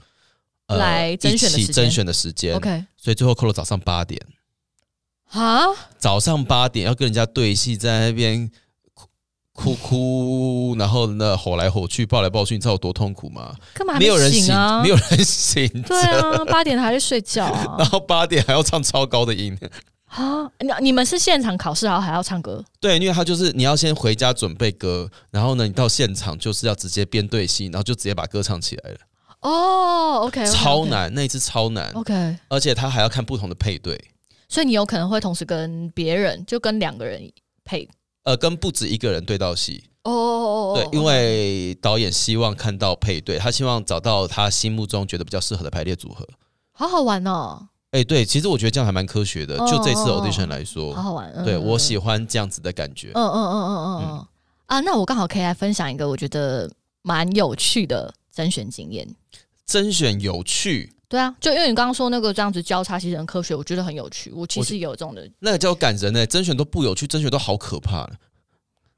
[SPEAKER 2] 呃
[SPEAKER 1] 来甄选的
[SPEAKER 2] 一
[SPEAKER 1] 时
[SPEAKER 2] 起
[SPEAKER 1] 间
[SPEAKER 2] 甄选的时间
[SPEAKER 1] OK
[SPEAKER 2] 所以最后扣了早上八点，
[SPEAKER 1] 啊，
[SPEAKER 2] 早上八点要跟人家对戏，在那边哭哭哭，然后呢吼来吼去，抱来抱去，你知道有多痛苦吗？
[SPEAKER 1] 干嘛还
[SPEAKER 2] 没有人
[SPEAKER 1] 醒啊？
[SPEAKER 2] 没有人 醒着，
[SPEAKER 1] 对啊，八点还在睡觉
[SPEAKER 2] 然
[SPEAKER 1] 啊？
[SPEAKER 2] 后八点还要唱超高的音，
[SPEAKER 1] 啊，你你们是现场考试，然后还要唱歌？
[SPEAKER 2] 对，因为他就是你要先回家准备歌，然后呢，你到现场就是要直接编对戏，然后就直接把歌唱起来了，
[SPEAKER 1] 哦，OK，
[SPEAKER 2] 超。难，那一次超难，
[SPEAKER 1] OK，
[SPEAKER 2] 而且他还要看不同的配对，
[SPEAKER 1] 所以你有可能会同时跟别人，就跟两个人配。
[SPEAKER 2] 呃，跟不止一个人对到戏，
[SPEAKER 1] 哦哦哦
[SPEAKER 2] 对，因为导演希望看到配对，他希望找到他心目中觉得比较适合的排列组合。
[SPEAKER 1] 好好玩哦，
[SPEAKER 2] 哎、对，其实我觉得这样还蛮科学的，
[SPEAKER 1] 哦
[SPEAKER 2] 就这次
[SPEAKER 1] 哦哦
[SPEAKER 2] audition 来说，
[SPEAKER 1] 好好玩。嗯
[SPEAKER 2] 对我
[SPEAKER 1] 嗯
[SPEAKER 2] 喜欢这样子的感觉。
[SPEAKER 1] 嗯嗯嗯嗯嗯嗯啊，那我刚好可以来分享一个我觉得蛮有趣的甄选经验。
[SPEAKER 2] 甄选有趣，
[SPEAKER 1] 对啊，就因为你刚刚说那个这样子交叉其实很科学，我觉得很有趣。我其
[SPEAKER 2] 我
[SPEAKER 1] 实也有这种的，
[SPEAKER 2] 那个叫感人呢、甄选都不有趣，甄选都好可怕。欸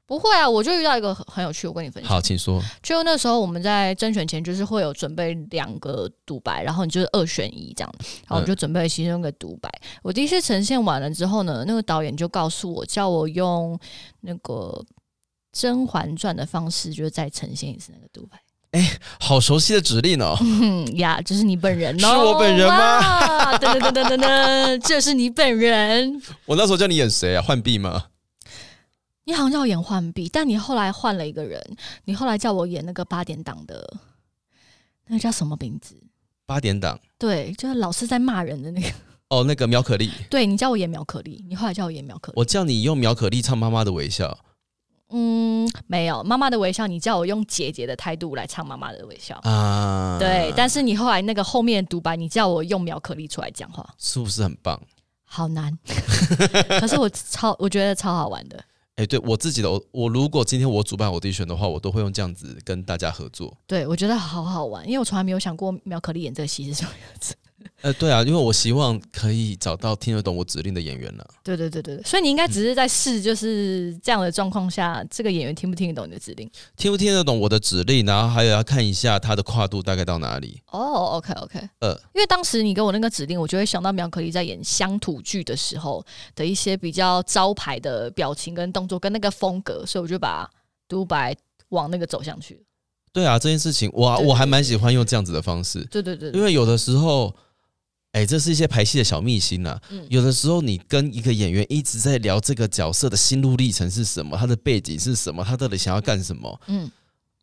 [SPEAKER 1] 不会啊，我就遇到一个很很有趣，我跟你分享。
[SPEAKER 2] 好，请说。
[SPEAKER 1] 就那时候我们在甄选前，就是会有准备两个独白，然后你就是二选一这样。然
[SPEAKER 2] 嗯
[SPEAKER 1] 后我就准备了其中一个独白。我第一次呈现完了之后呢，那个导演就告诉我，叫我用那个《甄嬛传》的方式，就是再呈现一次那个独白。
[SPEAKER 2] 好熟悉的指令哦，
[SPEAKER 1] 嗯呀，这是你本人哦，
[SPEAKER 2] 是我本人吗
[SPEAKER 1] 哇？噔噔噔噔噔噔，这是你本人。
[SPEAKER 2] 我那时候叫你演谁啊？浣碧吗？
[SPEAKER 1] 你好像要演浣碧，但你后来换了一个人，你后来叫我演那个八点档的，那个叫什么名字？
[SPEAKER 2] 八点档
[SPEAKER 1] 对，就是老是在骂人的那个。
[SPEAKER 2] 哦，那个苗可丽，
[SPEAKER 1] 对你叫我演苗可丽，你后来叫我演苗可丽。
[SPEAKER 2] 我叫你用苗可丽唱《妈妈的微笑》。
[SPEAKER 1] 嗯，没有妈妈的微笑，你叫我用姐姐的态度来唱妈妈的微笑。
[SPEAKER 2] 啊，
[SPEAKER 1] 对，但是你后来那个后面的独白，你叫我用苗可丽出来讲话，
[SPEAKER 2] 是不是很棒？
[SPEAKER 1] 好难。 可是我超，我觉得超好玩的。
[SPEAKER 2] 哎、对我自己的，我我如果今天我主办 audition 的话，我都会用这样子跟大家合作。
[SPEAKER 1] 对，我觉得好好玩，因为我从来没有想过苗可丽演这个戏是什么 样子。
[SPEAKER 2] 呃，对啊，因为我希望可以找到听得懂我指令的演员呢、啊
[SPEAKER 1] 对对对对对，所以你应该只是在试，就是这样的状况下，这个演员听不听得懂你的指令。
[SPEAKER 2] 听不听得懂我的指令，然后还有要看一下它的跨度大概到哪里。
[SPEAKER 1] 哦、o k OK，
[SPEAKER 2] 呃，
[SPEAKER 1] 因为当时你给我那个指令，我就会想到苗可丽在演乡土剧的时候的一些比较招牌的表情跟动作跟那个风格，所以我就把独白往那个走向去。
[SPEAKER 2] 对啊，这件事情我我还蛮喜欢用这样子的方式，
[SPEAKER 1] 对对对
[SPEAKER 2] 因
[SPEAKER 1] 对，
[SPEAKER 2] 为有的时候，哎、这是一些排戏的小秘辛呐、
[SPEAKER 1] 嗯
[SPEAKER 2] 有的时候你跟一个演员一直在聊这个角色的心路历程是什么，他的背景是什么，他到底想要干什么，
[SPEAKER 1] 嗯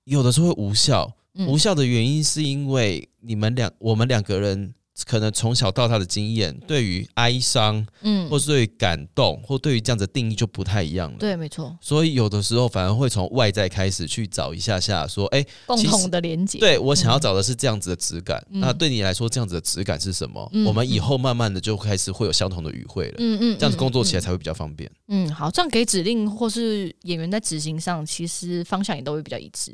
[SPEAKER 2] 有的时候会无效。
[SPEAKER 1] 嗯
[SPEAKER 2] 无效的原因是因为你们两我们两个人可能从小到大的经验，对于哀伤
[SPEAKER 1] 嗯
[SPEAKER 2] 或，是对于感动或对于这样子的定义就不太一样了。
[SPEAKER 1] 对，没错，
[SPEAKER 2] 所以有的时候反而会从外在开始去找一下下，说，哎、
[SPEAKER 1] 共
[SPEAKER 2] 其实
[SPEAKER 1] 同的连接。
[SPEAKER 2] 对我想要找的是这样子的质感。
[SPEAKER 1] 嗯
[SPEAKER 2] 那对你来说，这样子的质感是什么？
[SPEAKER 1] 嗯
[SPEAKER 2] 我们以后慢慢的就开始会有相同的语汇了，
[SPEAKER 1] 嗯，嗯嗯，
[SPEAKER 2] 这样子工作起来
[SPEAKER 1] 嗯。
[SPEAKER 2] 才会比较方便。
[SPEAKER 1] 嗯，好，这样给指令或是演员在执行上，其实方向也都会比较一致。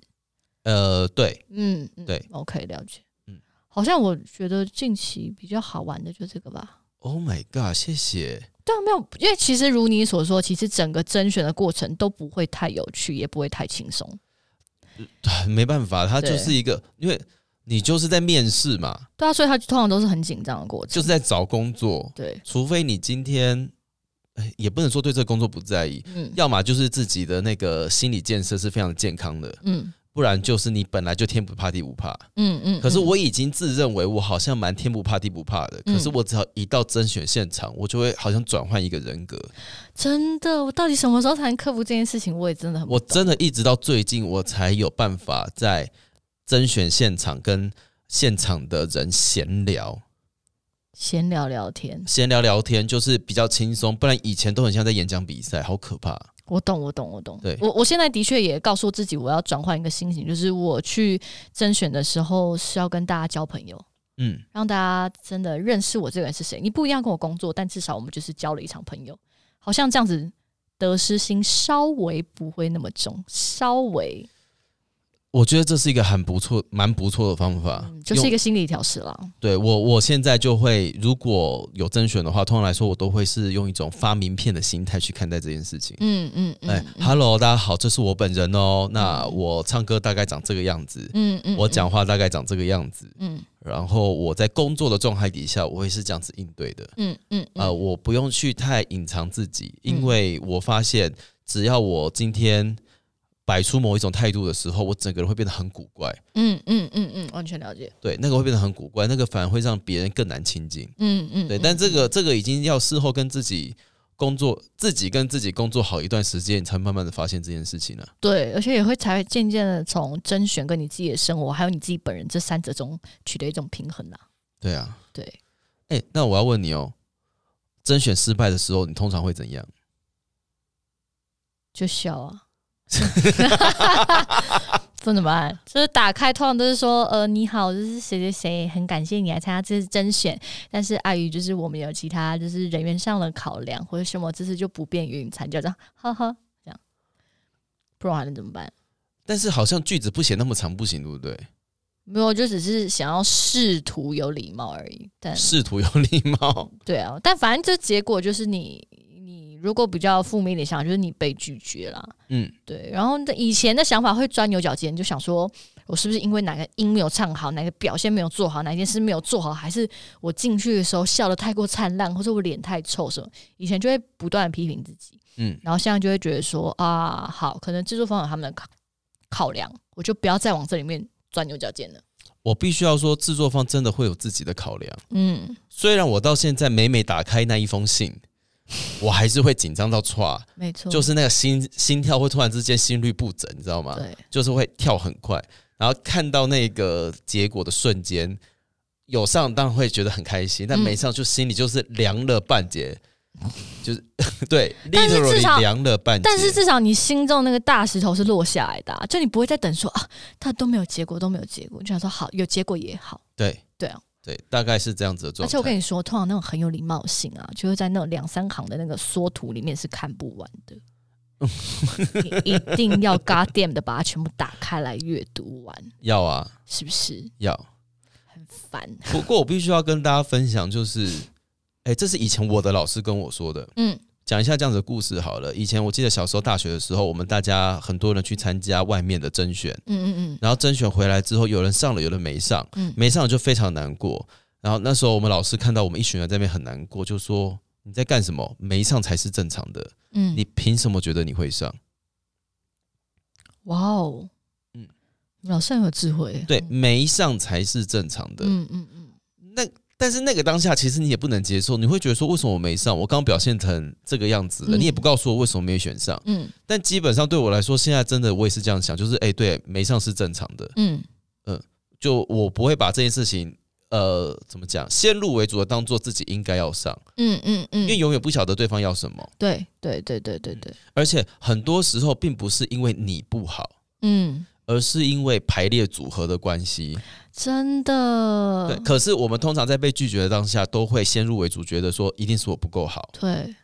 [SPEAKER 2] 呃，对，
[SPEAKER 1] 嗯，嗯
[SPEAKER 2] 对
[SPEAKER 1] ，OK，了解。
[SPEAKER 2] 嗯
[SPEAKER 1] 嗯，好像我觉得近期比较好玩的就这个吧。
[SPEAKER 2] Oh my god，谢谢。
[SPEAKER 1] 对啊，没有，因为其实如你所说，其实整个甄选的过程都不会太有趣，也不会太轻松。
[SPEAKER 2] 没办法，它就
[SPEAKER 1] 对
[SPEAKER 2] 是一个，因为你就是在面试嘛，
[SPEAKER 1] 对啊，所以他通常都是很紧张的过程。
[SPEAKER 2] 就是在找工作，
[SPEAKER 1] 对，
[SPEAKER 2] 除非你今天，哎也不能说对这个工作不在意，
[SPEAKER 1] 嗯
[SPEAKER 2] 要么就是自己的那个心理建设是非常健康的，
[SPEAKER 1] 嗯
[SPEAKER 2] 不然就是你本来就天不怕地不怕。
[SPEAKER 1] 嗯嗯。
[SPEAKER 2] 可是
[SPEAKER 1] 嗯
[SPEAKER 2] 我已经自认为我好像蛮天不怕地不怕的，
[SPEAKER 1] 嗯
[SPEAKER 2] 可是我只要一到甄选现场，我就会好像转换一个人格。
[SPEAKER 1] 嗯真的，我到底什么时候才能克服这件事情？我也真的很不
[SPEAKER 2] 我
[SPEAKER 1] 懂
[SPEAKER 2] 真的一直到最近，我才有办法在甄选现场跟现场的人闲聊，
[SPEAKER 1] 闲聊聊天。
[SPEAKER 2] 闲聊聊天就是比较轻松，不然以前都很像在演讲比赛，好可怕。
[SPEAKER 1] 我懂，我懂，我懂。
[SPEAKER 2] 对
[SPEAKER 1] 我我现在的确也告诉自己，我要转换一个心情，就是我去甄选的时候是要跟大家交朋友，
[SPEAKER 2] 嗯，
[SPEAKER 1] 让大家真的认识我这个人是谁。你不一定要跟我工作，但至少我们就是交了一场朋友，好像这样子得失心稍微不会那么重，稍微
[SPEAKER 2] 我觉得这是一个很不错、蛮不错的方法，
[SPEAKER 1] 嗯，就是一
[SPEAKER 2] 用
[SPEAKER 1] 个心理调试了。
[SPEAKER 2] 对我我现在就会，如果有甄选的话，通常来说我都会是用一种发名片的心态去看待这件事情。
[SPEAKER 1] 嗯嗯嗯，
[SPEAKER 2] 哎，Hello，大家好，这是我本人哦。那我唱歌大概长这个样子，
[SPEAKER 1] 嗯嗯，
[SPEAKER 2] 我讲话大概长这个样子，
[SPEAKER 1] 嗯
[SPEAKER 2] 然后我在工作的状态底下，我也是这样子应对的。
[SPEAKER 1] 嗯嗯嗯
[SPEAKER 2] 呃，我不用去太隐藏自己，因
[SPEAKER 1] 嗯
[SPEAKER 2] 为我发现，只要我今天摆出某一种态度的时候，我整个人会变得很古怪。
[SPEAKER 1] 嗯嗯嗯嗯，完全了解。
[SPEAKER 2] 对，那个会变得很古怪，那个反而会让别人更难亲近。
[SPEAKER 1] 嗯嗯，
[SPEAKER 2] 对，
[SPEAKER 1] 嗯
[SPEAKER 2] 但这个这个已经要事后跟自己工作，自己跟自己工作好一段时间，你才慢慢的发现这件事情啊呢、
[SPEAKER 1] 对，而且也会才会渐渐的从甄选跟你自己的生活，还有你自己本人这三者中取得一种平衡啦。
[SPEAKER 2] 对啊，
[SPEAKER 1] 对，
[SPEAKER 2] 哎、那我要问你哦，甄选失败的时候，你通常会怎样？
[SPEAKER 1] 就笑啊。这怎么办？就是打开，通常都是说，呃，你好，就是谁谁谁，很感谢你来参加这次甄选，但是碍于就是我们有其他就是人员上的考量或者什么，这次就不便于你参加，这样，呵呵，这样，不然还能怎么办？
[SPEAKER 2] 但是好像句子不写那么长不行，对不对？
[SPEAKER 1] 没有，就只是想要试图有礼貌而已。但
[SPEAKER 2] 仕途有礼 貌，
[SPEAKER 1] 对啊，但反正这结果就是你，你如果比较负面一点想，就是你被拒绝啦。
[SPEAKER 2] 嗯，
[SPEAKER 1] 对，然后以前的想法会钻牛角尖，就想说我是不是因为哪个音没有唱好，哪个表现没有做好，哪件事没有做好，还是我进去的时候笑得太过灿烂，或者我脸太臭什么？以前就会不断的批评自己，
[SPEAKER 2] 嗯
[SPEAKER 1] 然后现在就会觉得说啊，好，可能制作方有他们的考考量，我就不要再往这里面钻牛角尖了。
[SPEAKER 2] 我必须要说，制作方真的会有自己的考量。
[SPEAKER 1] 嗯
[SPEAKER 2] 虽然我到现在每每打开那一封信，我还是会紧张到 歘，，
[SPEAKER 1] 没错，
[SPEAKER 2] 就是那个心心跳会突然之间心率不整，你知道吗？
[SPEAKER 1] 对，
[SPEAKER 2] 就是会跳很快，然后看到那个结果的瞬间，有上当然会觉得很开心，但
[SPEAKER 1] 嗯
[SPEAKER 2] 没上就心里就是凉了半截，就是 对
[SPEAKER 1] 但是至少
[SPEAKER 2] ，literally 凉了半截。
[SPEAKER 1] 但是至少你心中那个大石头是落下来的啊、就你不会再等说啊，他都没有结果，都没有结果，你就想说好有结果也好。
[SPEAKER 2] 对
[SPEAKER 1] 对啊，
[SPEAKER 2] 对，大概是这样子的状
[SPEAKER 1] 而
[SPEAKER 2] 态。
[SPEAKER 1] 且我跟你说，通常那种很有礼貌性啊，就是在那种两三行的那个缩图里面是看不完 的。你一定要 goddamn 的把它全部打开来阅读完，
[SPEAKER 2] 要啊
[SPEAKER 1] 是不是
[SPEAKER 2] 要，
[SPEAKER 1] 很烦？
[SPEAKER 2] 不过我必须要跟大家分享，就是，哎、这是以前我的老师跟我说的，
[SPEAKER 1] 嗯
[SPEAKER 2] 讲一下这样子的故事好了。以前我记得小时候大学的时候，我们大家很多人去参加外面的甄选，
[SPEAKER 1] 嗯嗯
[SPEAKER 2] 然后甄选回来之后，有人上了，有人没上，
[SPEAKER 1] 嗯
[SPEAKER 2] 没上就非常难过。然后那时候我们老师看到我们一群人在那边很难过，就说你在干什么？没上才是正常的，
[SPEAKER 1] 嗯
[SPEAKER 2] 你
[SPEAKER 1] 嗯，
[SPEAKER 2] 凭什么觉得你会上？
[SPEAKER 1] 哇哦，
[SPEAKER 2] 嗯
[SPEAKER 1] 嗯，老师很有智慧，
[SPEAKER 2] 对，没上才是正常的。
[SPEAKER 1] 嗯嗯嗯，
[SPEAKER 2] 那但是那个当下，其实你也不能接受，你会觉得说为什么我没上？我刚刚表现成这个样子了，
[SPEAKER 1] 嗯
[SPEAKER 2] 你也不告诉我为什么没选上。
[SPEAKER 1] 嗯
[SPEAKER 2] 但基本上对我来说，现在真的我也是这样想，就是哎、对，没上是正常的，
[SPEAKER 1] 嗯
[SPEAKER 2] 就我不会把这件事情。呃，怎么讲？先入为主的当做自己应该要上，
[SPEAKER 1] 嗯嗯嗯，
[SPEAKER 2] 因为永远不晓得对方要什么，
[SPEAKER 1] 对对对对对对，
[SPEAKER 2] 而且很多时候并不是因为你不好，
[SPEAKER 1] 嗯，
[SPEAKER 2] 而是因为排列组合的关系。
[SPEAKER 1] 真的，
[SPEAKER 2] 对，可是我们通常在被拒绝的当下，都会先入为主，觉得说一定是我不够好。
[SPEAKER 1] 对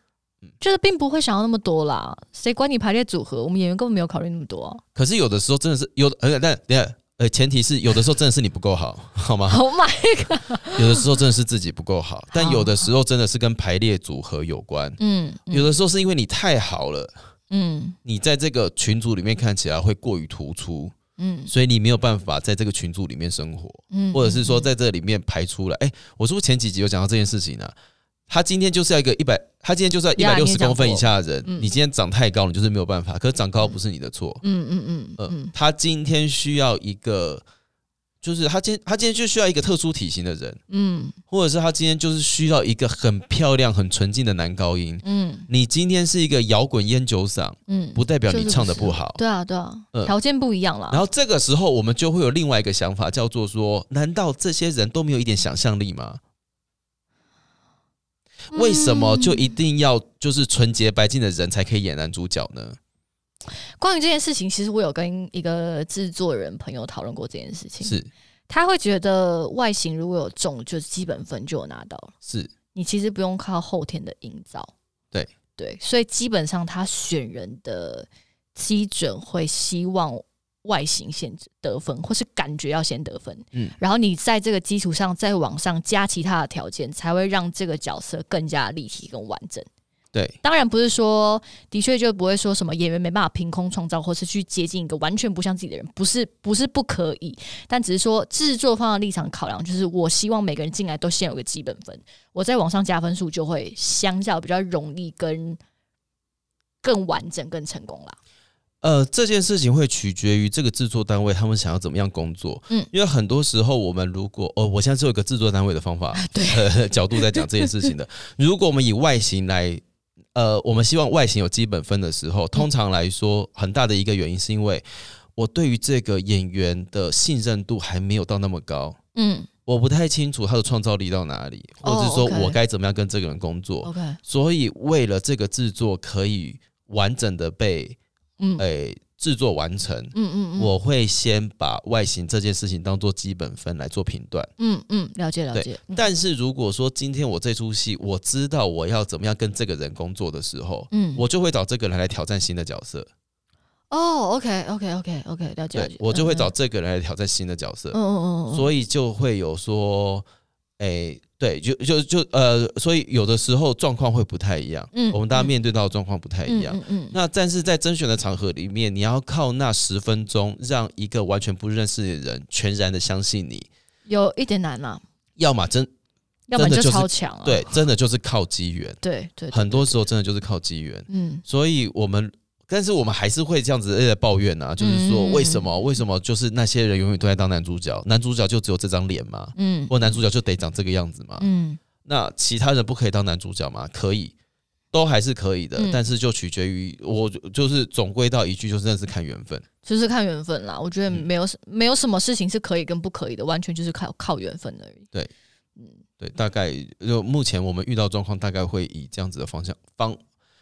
[SPEAKER 2] 嗯
[SPEAKER 1] 就是并不会想要那么多啦，谁管你排列组合？我们演员根本没有考虑那么多、
[SPEAKER 2] 可是有的时候真的是有的，呃，但等一下，呃，前提是有的时候真的是你不够好， 好吗？
[SPEAKER 1] Oh my，
[SPEAKER 2] 有的时候真的是自己不 够好，但有的时候真的是跟排列组合有关。
[SPEAKER 1] 嗯，
[SPEAKER 2] 有
[SPEAKER 1] 的，
[SPEAKER 2] 的时候是因为你太好了，
[SPEAKER 1] 嗯
[SPEAKER 2] 你在这个群组里面看起来会过于突出，
[SPEAKER 1] 嗯
[SPEAKER 2] 所以你没有办法在这个群组里面生活。
[SPEAKER 1] 嗯，
[SPEAKER 2] 或者是说在这里面排出来。哎、我是不是前几集有讲到这件事情呢、啊他今天就是要一个一百，他今天就是要一百
[SPEAKER 1] 呀
[SPEAKER 2] 六
[SPEAKER 1] 你
[SPEAKER 2] 十
[SPEAKER 1] 也讲
[SPEAKER 2] 公分以
[SPEAKER 1] 过
[SPEAKER 2] 下的人。
[SPEAKER 1] 嗯
[SPEAKER 2] 你今天长太高，你就是没有办法。可是长高不是你的错。
[SPEAKER 1] 嗯，嗯嗯嗯
[SPEAKER 2] 嗯
[SPEAKER 1] 嗯，
[SPEAKER 2] 他今天需要一个，就是他今天他今天就需要一个特殊体型的人，
[SPEAKER 1] 嗯
[SPEAKER 2] 或者是他今天就是需要一个很漂亮、很纯净的男高音。
[SPEAKER 1] 嗯
[SPEAKER 2] 你今天是一个摇滚烟酒嗓，
[SPEAKER 1] 嗯，
[SPEAKER 2] 不代表
[SPEAKER 1] 就
[SPEAKER 2] 你
[SPEAKER 1] 是
[SPEAKER 2] 唱的
[SPEAKER 1] 是
[SPEAKER 2] 不好。
[SPEAKER 1] 对啊对啊
[SPEAKER 2] 嗯，
[SPEAKER 1] 条件不一样啦。
[SPEAKER 2] 然后这个时候，我们就会有另外一个想法，叫做说：难道这些人都没有一点想象力吗？
[SPEAKER 1] 嗯
[SPEAKER 2] 为什么就一定要就是纯洁白净的人才可以演男主角呢？
[SPEAKER 1] 关于这件事情，其实我有跟一个制作人朋友讨论过这件事情，
[SPEAKER 2] 是
[SPEAKER 1] 他会觉得外形如果有中，就是基本分就有拿到了。
[SPEAKER 2] 是，
[SPEAKER 1] 你其实不用靠后天的营造。
[SPEAKER 2] 对
[SPEAKER 1] 对，所以基本上他选人的基准会希望外形限制得分，或是感觉要先得分。
[SPEAKER 2] 嗯
[SPEAKER 1] 嗯，然后你在这个基础上再往上加其他的条件，才会让这个角色更加立体跟完整。
[SPEAKER 2] 对，
[SPEAKER 1] 当然不是说，的确就不会说什么演员没办法凭空创造，或是去接近一个完全不像自己的人，不是不是不可以，但只是说制作方的立场考量，就是我希望每个人进来都先有个基本分，我再往上加分数就会相较比较容易跟更完整、更成功啦。
[SPEAKER 2] 呃，这件事情会取决于这个制作单位他们想要怎么样工作。
[SPEAKER 1] 嗯
[SPEAKER 2] 因为很多时候我们如果哦，我现在只有一个制作单位的方法
[SPEAKER 1] 对
[SPEAKER 2] 呃、 角度在讲这件事情的。如果我们以外形来，呃，我们希望外形有基本分的时
[SPEAKER 1] 嗯
[SPEAKER 2] 候，通常来说，很大的一个原因是因为我对于这个演员的信任度还没有到那么高。
[SPEAKER 1] 嗯
[SPEAKER 2] 我不太清楚他的创造力到哪里，或
[SPEAKER 1] 哦
[SPEAKER 2] 者是说
[SPEAKER 1] OK 哦
[SPEAKER 2] 我该怎么样跟这个人工作。
[SPEAKER 1] ，OK，
[SPEAKER 2] 所以为了这个制作可以完整的被
[SPEAKER 1] 嗯嗯
[SPEAKER 2] 诶制、作完成，
[SPEAKER 1] 嗯嗯，
[SPEAKER 2] 我会先把外形这件事情当做基本分来做评断。
[SPEAKER 1] 嗯嗯了解了
[SPEAKER 2] 对
[SPEAKER 1] 解，嗯
[SPEAKER 2] 但是如果说今天我这出戏我知道我要怎么样跟这个人工作的时候，
[SPEAKER 1] 嗯
[SPEAKER 2] 我就会找这个人来挑战新的角色，
[SPEAKER 1] 哦，OK OK OK OK 了解了解，
[SPEAKER 2] 对我就会
[SPEAKER 1] 嗯
[SPEAKER 2] 找这个人来挑战新的角色。
[SPEAKER 1] 嗯嗯嗯嗯，
[SPEAKER 2] 所以就会有说，诶，对，就就就呃，所以有的时候状况会不太一样，
[SPEAKER 1] 嗯
[SPEAKER 2] 我们大家
[SPEAKER 1] 嗯
[SPEAKER 2] 面对到的状况不太一样。
[SPEAKER 1] 嗯嗯嗯
[SPEAKER 2] 那但是在甄选的场合里面，你要靠那十分钟，让一个完全不认识的人全然的相信你，
[SPEAKER 1] 有一点难啦。
[SPEAKER 2] 要么真
[SPEAKER 1] 要不然
[SPEAKER 2] 真的就是
[SPEAKER 1] 超强、啊。
[SPEAKER 2] 对，真的就是靠机缘，
[SPEAKER 1] 对对，对
[SPEAKER 2] 很多时候真的就是靠机缘。
[SPEAKER 1] 嗯
[SPEAKER 2] 所以我们，但是我们还是会这样子在抱怨啊，就是说
[SPEAKER 1] 嗯
[SPEAKER 2] 为什么为什么就是那些人永远都在当男主角，男主角就只有这张脸吗？
[SPEAKER 1] 嗯
[SPEAKER 2] 或男主角就得长这个样子吗？
[SPEAKER 1] 嗯
[SPEAKER 2] 那其他人不可以当男主角吗？可以，都还是可以的，
[SPEAKER 1] 嗯
[SPEAKER 2] 但是就取决于我，就是总归到一句，就是那是看缘分。
[SPEAKER 1] 就是看缘分啦。我觉得
[SPEAKER 2] 嗯
[SPEAKER 1] 没有什、没有什么事情是可以跟不可以的，完全就是靠靠缘分而已。
[SPEAKER 2] 对，
[SPEAKER 1] 嗯
[SPEAKER 2] 对，大概就目前我们遇到状况，大概会以这样子的方向方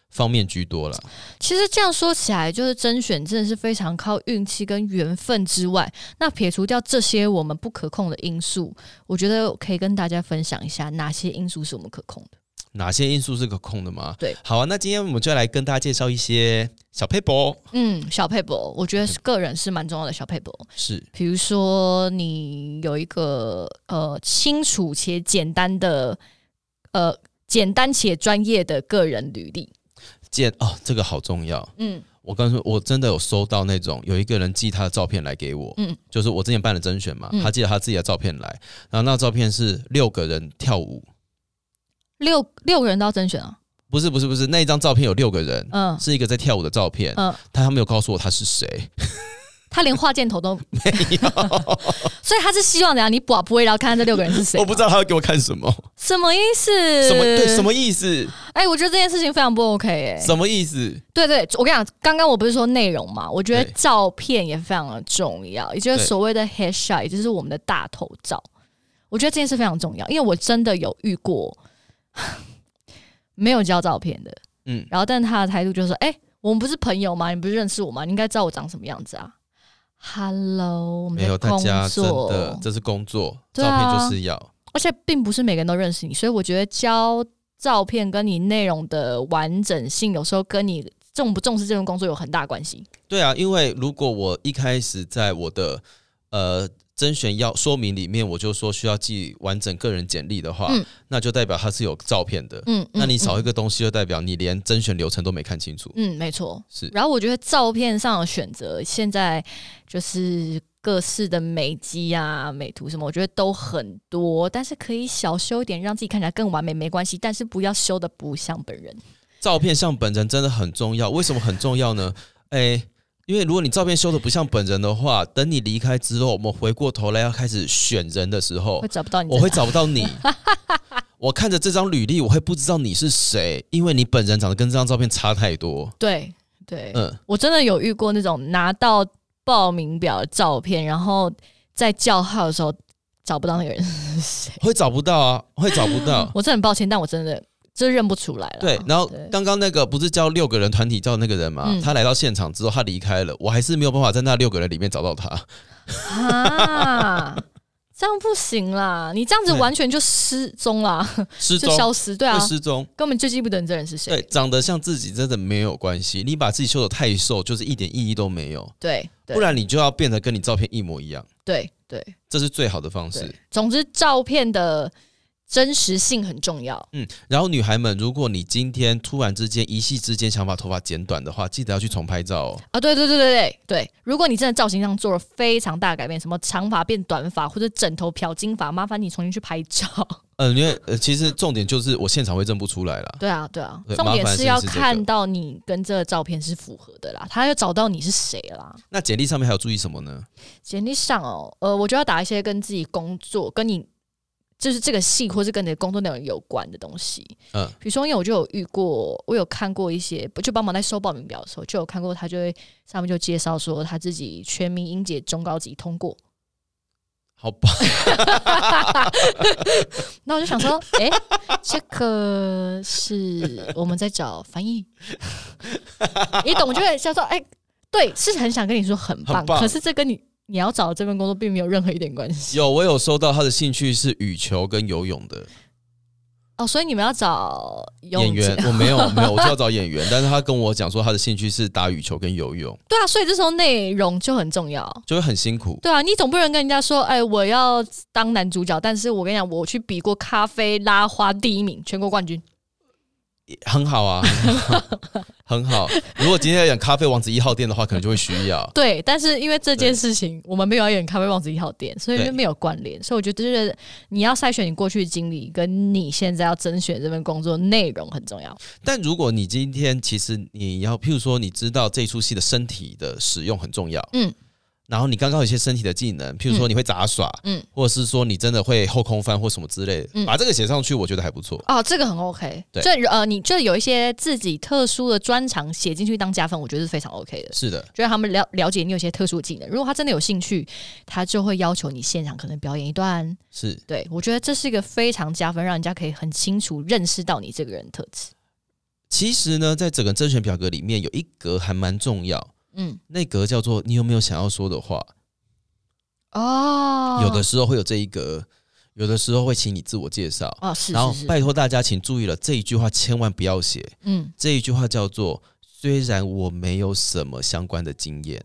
[SPEAKER 2] 方面居多啦。
[SPEAKER 1] 其实这样说起来，就是甄选真的是非常靠运气跟缘分之外，那撇除掉这些我们不可控的因素，我觉得可以跟大家分享一下哪些因素是我们可控的。
[SPEAKER 2] 哪些因素是可控的吗？
[SPEAKER 1] 对，
[SPEAKER 2] 好啊，那今天我们就来跟大家介绍一些小 paper，
[SPEAKER 1] 嗯，小佩博，我觉得
[SPEAKER 2] 嗯
[SPEAKER 1] 是个人是蛮重要的小佩博。
[SPEAKER 2] 是
[SPEAKER 1] 比如说你有一个呃清楚且简单的呃简单且专业的个人履历，
[SPEAKER 2] 见哦，这个好重要。
[SPEAKER 1] 嗯
[SPEAKER 2] 我告诉你我真的有收到那种有一个人寄他的照片来给我，
[SPEAKER 1] 嗯
[SPEAKER 2] 就是我之前办了甄选嘛，
[SPEAKER 1] 嗯
[SPEAKER 2] 他寄了他自己的照片来，然后那照片是六个人跳舞，
[SPEAKER 1] 六六个人都要甄选啊，
[SPEAKER 2] 不是不是不是，那一张照片有六个人，
[SPEAKER 1] 嗯
[SPEAKER 2] 是一个在跳舞的照片，
[SPEAKER 1] 嗯，
[SPEAKER 2] 但他没有告诉我他是谁，
[SPEAKER 1] 他连画箭头都，
[SPEAKER 2] 没有，
[SPEAKER 1] 所以他是希望怎样？啊你把不会，然后看看这六个人是谁吗，啊
[SPEAKER 2] 我不知道他要给我看什么，
[SPEAKER 1] 什么意思，
[SPEAKER 2] 什么对什？么意思，
[SPEAKER 1] 哎、我觉得这件事情非常不 OK 哎、
[SPEAKER 2] 什么意思？
[SPEAKER 1] 对对，我跟你讲，刚刚我不是说内容嘛，我觉得
[SPEAKER 2] 对
[SPEAKER 1] 照片也非常的重要，也就是
[SPEAKER 2] 对
[SPEAKER 1] 所谓的 headshot，也就是我们的大头照。我觉得这件事非常重要，因为我真的有遇过 没有交照片的，
[SPEAKER 2] 嗯，
[SPEAKER 1] 然后但他的态度就是说：“哎、我们不是朋友吗？你不是认识我吗？你应该知道我长什么样子啊。” Hello，我们
[SPEAKER 2] 没有，
[SPEAKER 1] 在
[SPEAKER 2] 哎大
[SPEAKER 1] 工
[SPEAKER 2] 家真的
[SPEAKER 1] 作，
[SPEAKER 2] 这是工作，
[SPEAKER 1] 对
[SPEAKER 2] 照
[SPEAKER 1] 啊
[SPEAKER 2] 片就是要
[SPEAKER 1] 而且并不是每个人都认识你，所以我觉得交照片跟你内容的完整性，有时候跟你重不重视这份工作有很大关系。
[SPEAKER 2] 对啊，因为如果我一开始在我的呃甄选要说明里面我就说需要寄完整个人简历的话，
[SPEAKER 1] 嗯
[SPEAKER 2] 那就代表他是有照片的，
[SPEAKER 1] 嗯，
[SPEAKER 2] 那
[SPEAKER 1] 嗯
[SPEAKER 2] 你少一个东西，就代表你连甄选流程都没看清楚。
[SPEAKER 1] 嗯，没错。
[SPEAKER 2] 是
[SPEAKER 1] 然后我觉得照片上的选择，现在就是各式的美肌啊、美图什么，我觉得都很多，但是可以小修一点，让自己看起来更完美，没关系。但是不要修的不像本人。
[SPEAKER 2] 照片像本人真的很重要，为什么很重要呢？诶、因为如果你照片修的不像本人的话，等你离开之后，我们回过头来要开始选人的时候
[SPEAKER 1] 会，找不到你在
[SPEAKER 2] 哦我
[SPEAKER 1] 哪，
[SPEAKER 2] 会找不 到你。我看着这张履历，我会不知道你是谁，因为你本人长得跟这张照片差太多。
[SPEAKER 1] 对对，
[SPEAKER 2] 嗯，
[SPEAKER 1] 我真的有遇过那种拿到报名表的照片，然后在叫号的时候找不到那个人是谁。
[SPEAKER 2] 会找不到啊，会找不 到。
[SPEAKER 1] 我真的很抱歉，但我真的就认不出来了。
[SPEAKER 2] 对，然后
[SPEAKER 1] 对
[SPEAKER 2] 刚刚那个不是叫六个人团体照那个人嘛？
[SPEAKER 1] 嗯
[SPEAKER 2] 他来到现场之后，他离开了，我还是没有办法在那六个人里面找到他。
[SPEAKER 1] 啊，这样不行啦，你这样子
[SPEAKER 2] 对
[SPEAKER 1] 完全就失踪啦，
[SPEAKER 2] 失
[SPEAKER 1] 就
[SPEAKER 2] 踪
[SPEAKER 1] 消失，对啊
[SPEAKER 2] 会，失踪。
[SPEAKER 1] 根本就记不得你这人是谁
[SPEAKER 2] 对，。长得像自己真的没有关系。你把自己修的太瘦，就是一点意义都没有。
[SPEAKER 1] 对对
[SPEAKER 2] 不然你就要变得跟你照片一模一样，
[SPEAKER 1] 对对
[SPEAKER 2] 这是最好的方式
[SPEAKER 1] 对。，总之照片的真实性很重要。
[SPEAKER 2] 嗯，然后女孩们，如果你今天突然之间一夕之间想把头发剪短的话，记得要去重拍照哦。
[SPEAKER 1] 啊，对对对对对对，如果你真的造型上做了非常大改变，什么长发变短发，或者枕头漂金发，麻烦你重新去拍照。
[SPEAKER 2] 呃，因为呃，其实重点就是我现场会认不出来啦。
[SPEAKER 1] 对啊，对啊，
[SPEAKER 2] 对
[SPEAKER 1] 重
[SPEAKER 2] 麻
[SPEAKER 1] 点
[SPEAKER 2] 烦
[SPEAKER 1] 是
[SPEAKER 2] 是
[SPEAKER 1] 要
[SPEAKER 2] 是这个
[SPEAKER 1] 看到你跟这个照片是符合的啦，他要找到你是谁啦。
[SPEAKER 2] 那简历上面还有注意什么呢？
[SPEAKER 1] 简历上哦，呃，我就要打一些跟自己工作、跟你就是这个系或是跟你的工作内容有关的东西。
[SPEAKER 2] 嗯，
[SPEAKER 1] 比如说，因为我就有遇过，我有看过一些，就帮忙在收报名表的时候，就有看过他就会上面就介绍说他自己全民英检中高级通过，
[SPEAKER 2] 好吧，
[SPEAKER 1] 那我就想说， 诶，这个是我们在找翻译，你懂就会想说，诶，对，是很想跟你说很棒，
[SPEAKER 2] 很棒
[SPEAKER 1] 可是这跟你你要找的这份工作并没有任何一点关系
[SPEAKER 2] 有我有收到他的兴趣是羽球跟游泳的
[SPEAKER 1] 哦，所以你们要找游
[SPEAKER 2] 演
[SPEAKER 1] 泳
[SPEAKER 2] 员
[SPEAKER 1] 姐，
[SPEAKER 2] 我没有没有，我就要找演员，但是他跟我讲说他的兴趣是打羽球跟游泳，
[SPEAKER 1] 对啊，所以这时候内容就很重要。
[SPEAKER 2] 就会很辛苦。
[SPEAKER 1] 对啊，你总不能跟人家说，哎、我要当男主角，但是我跟你讲，我去比过咖啡拉花第一名，全国冠军。
[SPEAKER 2] 很好 啊，很好。如果今天要讲咖啡王子一号店的话，可能就会需要。
[SPEAKER 1] 对，但是因为这件事情，我们没有要演咖啡王子一号店，所以
[SPEAKER 2] 对
[SPEAKER 1] 就没有关联。所以我觉得，就是你要筛选你过去的经历，跟你现在要甄选这份工作内容很重要。
[SPEAKER 2] 但如果你今天其实你要，譬如说你知道这出戏的身体的使用很重要，
[SPEAKER 1] 嗯，
[SPEAKER 2] 然后你刚刚有一些身体的技能，譬如说你会杂耍，嗯
[SPEAKER 1] 嗯，
[SPEAKER 2] 或者是说你真的会后空翻或什么之类的，
[SPEAKER 1] 嗯
[SPEAKER 2] 把这个写上去，我觉得还不错。
[SPEAKER 1] 哦，这个很 OK。
[SPEAKER 2] 对
[SPEAKER 1] 就呃，你就有一些自己特殊的专长写进去当加分，我觉得是非常 OK 的。
[SPEAKER 2] 是的，
[SPEAKER 1] 就让他们了了解你有些特殊的技能，如果他真的有兴趣，他就会要求你现场可能表演一段。
[SPEAKER 2] 是。
[SPEAKER 1] 对我觉得这是一个非常加分，让人家可以很清楚认识到你这个人的特质。
[SPEAKER 2] 其实呢，在整个甄选表格里面有一格还蛮重要，
[SPEAKER 1] 嗯，
[SPEAKER 2] 那格叫做你有没有想要说的话。
[SPEAKER 1] 哦
[SPEAKER 2] 有的时候会有这一格，有的时候会请你自我介绍。
[SPEAKER 1] 哦，是
[SPEAKER 2] 然后
[SPEAKER 1] 是是，
[SPEAKER 2] 拜托大家请注意了，这一句话千万不要写。
[SPEAKER 1] 嗯，
[SPEAKER 2] 这一句话叫做：虽然我没有什么相关的经 验，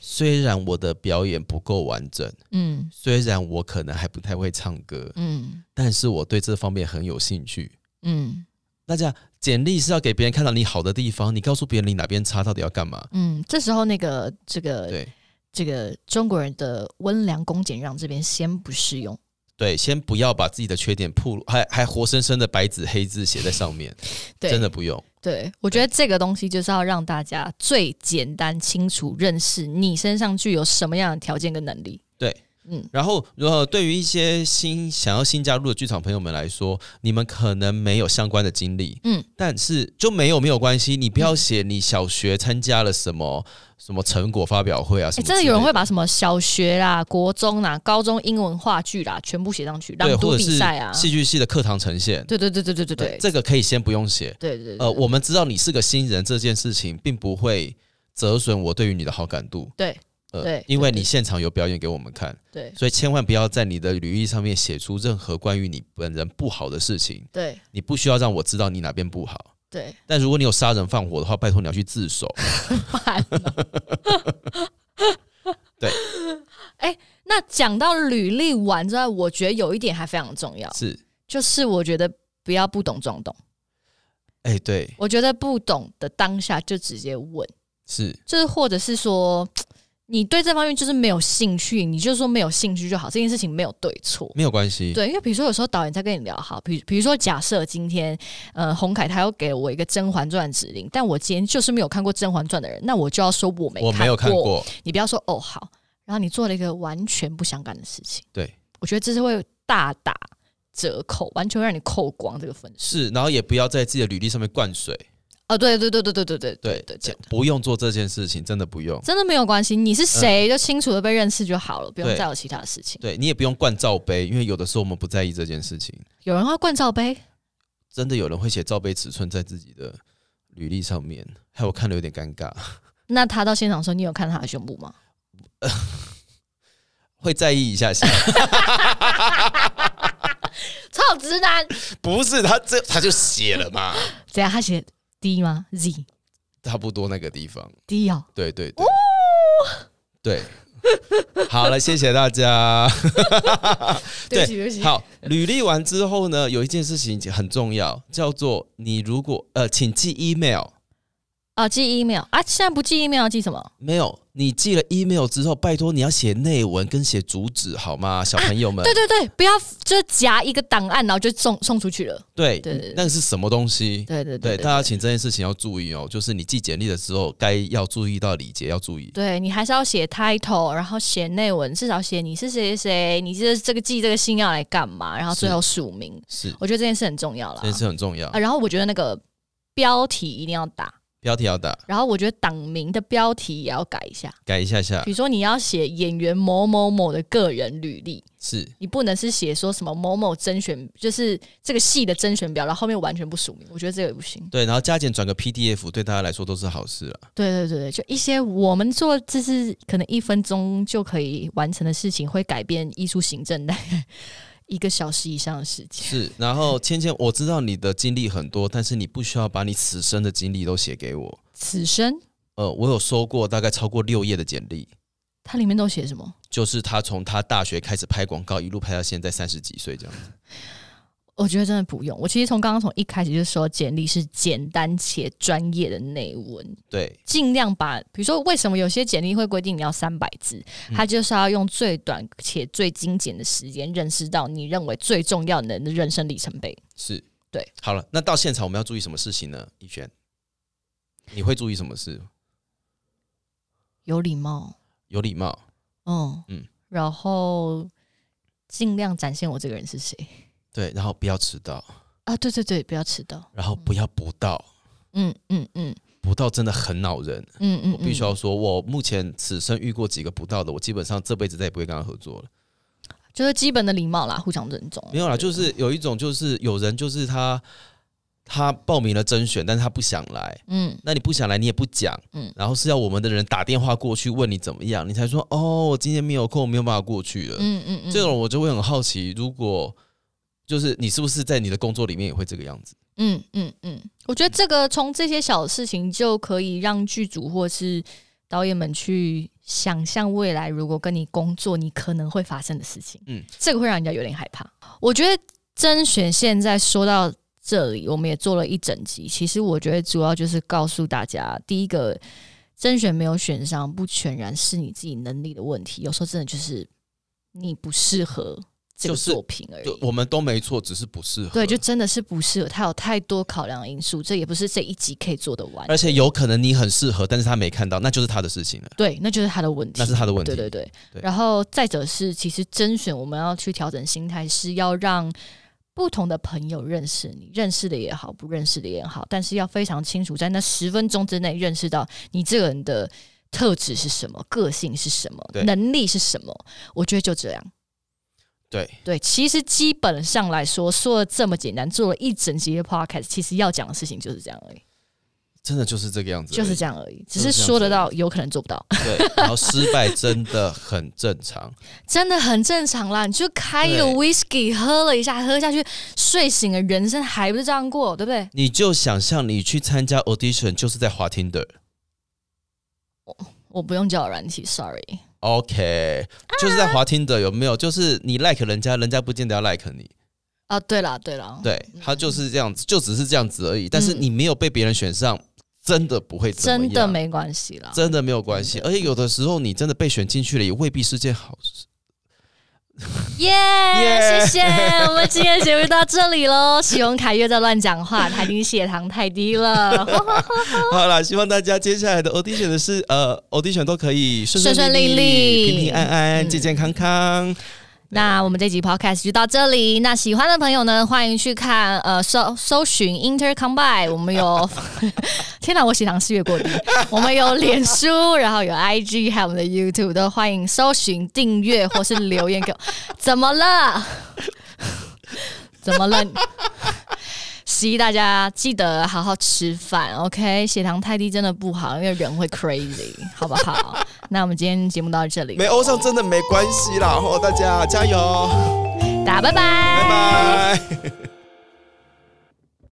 [SPEAKER 2] 虽然我的表演不够完整，
[SPEAKER 1] 嗯
[SPEAKER 2] 虽然我可能还不太会唱歌，
[SPEAKER 1] 嗯
[SPEAKER 2] 但是我对这方面很有兴趣。
[SPEAKER 1] 嗯
[SPEAKER 2] 大家简历是要给别人看到你好的地方，你告诉别人你哪边差，到底要干嘛？
[SPEAKER 1] 嗯，这时候那个这个
[SPEAKER 2] 对
[SPEAKER 1] 这个中国人的温良恭俭让这边先不适用。
[SPEAKER 2] 对，先不要把自己的缺点暴露，还还活生生的白纸黑字写在上面，
[SPEAKER 1] 对，
[SPEAKER 2] 真的，不用。
[SPEAKER 1] 对我觉得这个东西就是要让大家最简单清楚认识你身上具有什么样的条件跟能力。
[SPEAKER 2] 对，
[SPEAKER 1] 嗯
[SPEAKER 2] 然后，呃，对于一些新想要新加入的剧场朋友们来说，你们可能没有相关的经历，
[SPEAKER 1] 嗯，
[SPEAKER 2] 但是就没有没有关系，你不要写你小学参加了什么什么成果发表会啊
[SPEAKER 1] 哎，
[SPEAKER 2] 什么之类，
[SPEAKER 1] 真的有人会把什么小学啦、国中啦、高中英文话剧啦，全部写上去，朗
[SPEAKER 2] 对，
[SPEAKER 1] 读
[SPEAKER 2] 或者
[SPEAKER 1] 比
[SPEAKER 2] 是
[SPEAKER 1] 赛啊。
[SPEAKER 2] 戏剧系的课堂呈现，
[SPEAKER 1] 对对对对对对对，
[SPEAKER 2] 这个可以先不用写。
[SPEAKER 1] 对对对
[SPEAKER 2] 呃，我们知道你是个新人这件事情，并不会折损我对于你的好感度。
[SPEAKER 1] 对，
[SPEAKER 2] 呃
[SPEAKER 1] 对
[SPEAKER 2] 因为
[SPEAKER 1] 对
[SPEAKER 2] 你现场有表演给我们看，
[SPEAKER 1] 对
[SPEAKER 2] 所以千万不要在你的履历上面写出任何关于你本人不好的事情。
[SPEAKER 1] 对
[SPEAKER 2] 你不需要让我知道你哪边不好。
[SPEAKER 1] 对，
[SPEAKER 2] 但如果你有杀人放火的话，拜托你要去自首。
[SPEAKER 1] 烦哦
[SPEAKER 2] 对，
[SPEAKER 1] 哎、那讲到履历完之外，我觉得有一点还非常重要，
[SPEAKER 2] 是，
[SPEAKER 1] 就是我觉得不要不懂装懂。
[SPEAKER 2] 哎、对，
[SPEAKER 1] 我觉得不懂的当下就直接问，
[SPEAKER 2] 是
[SPEAKER 1] 就是或者是说你对这方面就是没有兴趣，你就说没有兴趣就好，这件事情没有对错。
[SPEAKER 2] 没有关系。
[SPEAKER 1] 对，因为比如说有时候导演在跟你聊好，比比如说假设今天，呃，洪凯他要给我一个《甄嬛传》指令，但我今天就是没有看过《甄嬛传》的人，那我就要说我没
[SPEAKER 2] 我没有看过，
[SPEAKER 1] 你不要说哦好，然后你做了一个完全不相干的事情，
[SPEAKER 2] 对，
[SPEAKER 1] 我觉得这是会大打折扣，完全会让你扣光这个分数。
[SPEAKER 2] 是，然后也不要在自己的履历上面灌水，
[SPEAKER 1] 哦，对对对对对对对
[SPEAKER 2] 对
[SPEAKER 1] 对
[SPEAKER 2] 这
[SPEAKER 1] 对，
[SPEAKER 2] 不用做这件事情，真的不用。
[SPEAKER 1] 真的没有关系，你是谁就清楚的被认识就好了，不用
[SPEAKER 2] 对
[SPEAKER 1] 再有其他的事情。
[SPEAKER 2] 对你也不用灌罩杯，因为有的时候我们不在意这件事情。
[SPEAKER 1] 有人会灌罩杯，
[SPEAKER 2] 真的有人会写罩杯尺寸在自己的履历上面，害我看了有点尴尬。
[SPEAKER 1] 那他到现场的时候，你有看他的胸部吗？
[SPEAKER 2] 会在意一下下，
[SPEAKER 1] 臭直男！
[SPEAKER 2] 不是他这他就写了嘛，
[SPEAKER 1] 怎样？他写 D 吗？Z
[SPEAKER 2] 差不多那个地方，
[SPEAKER 1] D 哦，
[SPEAKER 2] 对对对，对，好了，谢谢大 家。
[SPEAKER 1] 对不起，对不起。
[SPEAKER 2] 好，履历完之后呢，有一件事情很重要，叫做你如果呃，请寄 email。
[SPEAKER 1] 啊，寄 email 啊，现在不寄 email 寄什么？
[SPEAKER 2] 没有，你寄了 email 之后，拜托你要写内文跟写主旨好吗，小朋友们？
[SPEAKER 1] 对对对，不要就是夹一个档案，然后就送送出去了。
[SPEAKER 2] 对
[SPEAKER 1] 对对对
[SPEAKER 2] 那个是什么东西？
[SPEAKER 1] 对对
[SPEAKER 2] 对，
[SPEAKER 1] 对
[SPEAKER 2] 大家请这件事情要注意哦，就是你寄简历的时候，该要注意到礼节，要注意。
[SPEAKER 1] 对你还是要写 title，然后写内文，至少写你是谁谁谁，你这这个寄这个信要来干嘛，然后最后署名。
[SPEAKER 2] 是，
[SPEAKER 1] 我觉得这件事很重要啦
[SPEAKER 2] 这。件事很重要
[SPEAKER 1] 啊，，然后我觉得那个标题一定要打，
[SPEAKER 2] 标题要打，
[SPEAKER 1] 然后我觉得党名的标题也要改一下，
[SPEAKER 2] 改一下下
[SPEAKER 1] 比。如说你要写演员某某某的个人履历，
[SPEAKER 2] 是，
[SPEAKER 1] 你不能是写说什么某某甄选，就是这个系的甄选表，然后后面完全不署名，我觉得这个也不行。
[SPEAKER 2] 对，然后加减转个 PDF，对大家来说都是好事哦了。
[SPEAKER 1] 对对对对，就一些我们做就是可能一分钟就可以完成的事情，会改变艺术行政的一个小时以上的时间。
[SPEAKER 2] 是，然后芊芊，我知道你的经历很多，但是你不需要把你此生的经历都写给我。
[SPEAKER 1] 此生
[SPEAKER 2] 呃，我有收过大概超过六页的简历，
[SPEAKER 1] 它里面都写什么？
[SPEAKER 2] 就是他从他大学开始拍广告，一路拍到现在三十几岁这样。
[SPEAKER 1] 我觉得真的不用。我其实从刚刚从一开始就说，简历是简单且专业的内文，
[SPEAKER 2] 对，
[SPEAKER 1] 尽量把，比如说为什么有些简历会规定你要三百字，
[SPEAKER 2] 嗯
[SPEAKER 1] 它就是要用最短且最精简的时间，认识到你认为最重要的人的人生里程碑。
[SPEAKER 2] 是，
[SPEAKER 1] 对。
[SPEAKER 2] 好了，那到现场我们要注意什么事情呢？逸轩，你会注意什么事？
[SPEAKER 1] 有礼貌，
[SPEAKER 2] 有礼貌，
[SPEAKER 1] 嗯
[SPEAKER 2] 嗯
[SPEAKER 1] 嗯，然后尽量展现我这个人是谁
[SPEAKER 2] 对，然后不要迟到，
[SPEAKER 1] 啊！对对对，不要迟到。
[SPEAKER 2] 然后不要不到，
[SPEAKER 1] 嗯嗯嗯
[SPEAKER 2] 不到真的很恼人。
[SPEAKER 1] 嗯嗯，
[SPEAKER 2] 我必须
[SPEAKER 1] 嗯
[SPEAKER 2] 要说，我目前此生遇过几个不到的，我基本上这辈子再也不会跟他合作了。
[SPEAKER 1] 就是基本的礼貌啦，互相尊重。
[SPEAKER 2] 没有啦，
[SPEAKER 1] 嗯
[SPEAKER 2] 就是有一种就是有人就是他他报名了甄选，但是他不想来，
[SPEAKER 1] 嗯，
[SPEAKER 2] 那你不想来你也不讲，嗯
[SPEAKER 1] 嗯，
[SPEAKER 2] 然后是要我们的人打电话过去问你怎么样，你才说哦，我今天没有空，我没有办法过去了。
[SPEAKER 1] 嗯嗯嗯，
[SPEAKER 2] 这种我就会很好奇，如果就是你是不是在你的工作里面也会这个样子？
[SPEAKER 1] 嗯嗯嗯，我觉得这个从这些小事情就可以让剧组或是导演们去想象未来，如果跟你工作，你可能会发生的事情。
[SPEAKER 2] 嗯
[SPEAKER 1] 嗯，这个会让人家有点害怕。我觉得甄选现在说到这里，我们也做了一整集。其实我觉得主要就是告诉大家，第一个甄选没有选上，不全然是你自己能力的问题，有时候真的就是你不适合这个
[SPEAKER 2] 就是
[SPEAKER 1] 作品而已。
[SPEAKER 2] 就我们都没错，只是不适合。
[SPEAKER 1] 对，就真的是不适合，它有太多考量因素，这也不是这一集可以做得完。
[SPEAKER 2] 而且有可能你很适合，但是他没看到，那就是他的事情了，
[SPEAKER 1] 对，那就是他的问题。
[SPEAKER 2] 那是他的问题。
[SPEAKER 1] 对对对。
[SPEAKER 2] 对
[SPEAKER 1] 然后再者是，其实甄选我们要去调整心态，是要让不同的朋友认识你，认识的也好，不认识的也好，但是要非常清楚，在那十分钟之内认识到你这个人的特质是什么，个性是什么
[SPEAKER 2] 对，
[SPEAKER 1] 能力是什么。我觉得就这样。
[SPEAKER 2] 对
[SPEAKER 1] 对，其实基本上来说，说的这么简单，做了一整集的 podcast，其实要讲的事情就是这样而已。
[SPEAKER 2] 真的就是这个样子而已，
[SPEAKER 1] 就是这样而已，只
[SPEAKER 2] 就是是这样
[SPEAKER 1] 说得
[SPEAKER 2] 子而
[SPEAKER 1] 到，有可能做不到，
[SPEAKER 2] 对，然后失败真的很正常。
[SPEAKER 1] 真的很正常啦。你就开一个
[SPEAKER 2] 对
[SPEAKER 1] whisky 喝了一下，喝下去，睡醒了，人生还不是这样过，对不对？
[SPEAKER 2] 你就想象你去参加 audition 就是在滑 Tinder。
[SPEAKER 1] 我不用交友软体，sorry。
[SPEAKER 2] OK，就是
[SPEAKER 1] 啊
[SPEAKER 2] 在滑 Tinder 有没有？就是你 like 人家，人家不见得要 like 你，
[SPEAKER 1] 啊，对啦，对啦，
[SPEAKER 2] 对他就是这样子，就只是这样子而已。但是
[SPEAKER 1] 嗯
[SPEAKER 2] 你没有被别人选上，真的不会怎么
[SPEAKER 1] 真
[SPEAKER 2] 样
[SPEAKER 1] 的，没嗯关系啦。
[SPEAKER 2] 真的没有关系。而且有的时候你真的被选进去了，也未必是件好事。
[SPEAKER 1] 耶谢
[SPEAKER 2] Yeah
[SPEAKER 1] 谢，我们今天节目到这里喽。喜欢凯越在乱讲话，他已经血糖太低了。
[SPEAKER 2] 好啦，希望大家接下来的 audition 的是呃 audition 都可以顺顺利
[SPEAKER 1] 顺顺利利
[SPEAKER 2] 平平安安、
[SPEAKER 1] 嗯
[SPEAKER 2] 健健康康。
[SPEAKER 1] 那我们这集 podcast 就到这里。那喜欢的朋友呢，欢迎去看呃搜搜寻 Inter Combine，我们 有天哪，我血糖是越过 低。我们有脸书，然后有 IG，还有我们的 YouTube，都欢迎搜寻订阅或是留言给我。怎么 了？怎么了？希大家记得好好吃饭，OK？血糖太低真的不好，因为人会 crazy，好不好？那我们今天节目到这里
[SPEAKER 2] 没，欧上真的没关系啦，哦，大家加油，
[SPEAKER 1] 大家拜拜
[SPEAKER 2] 拜拜。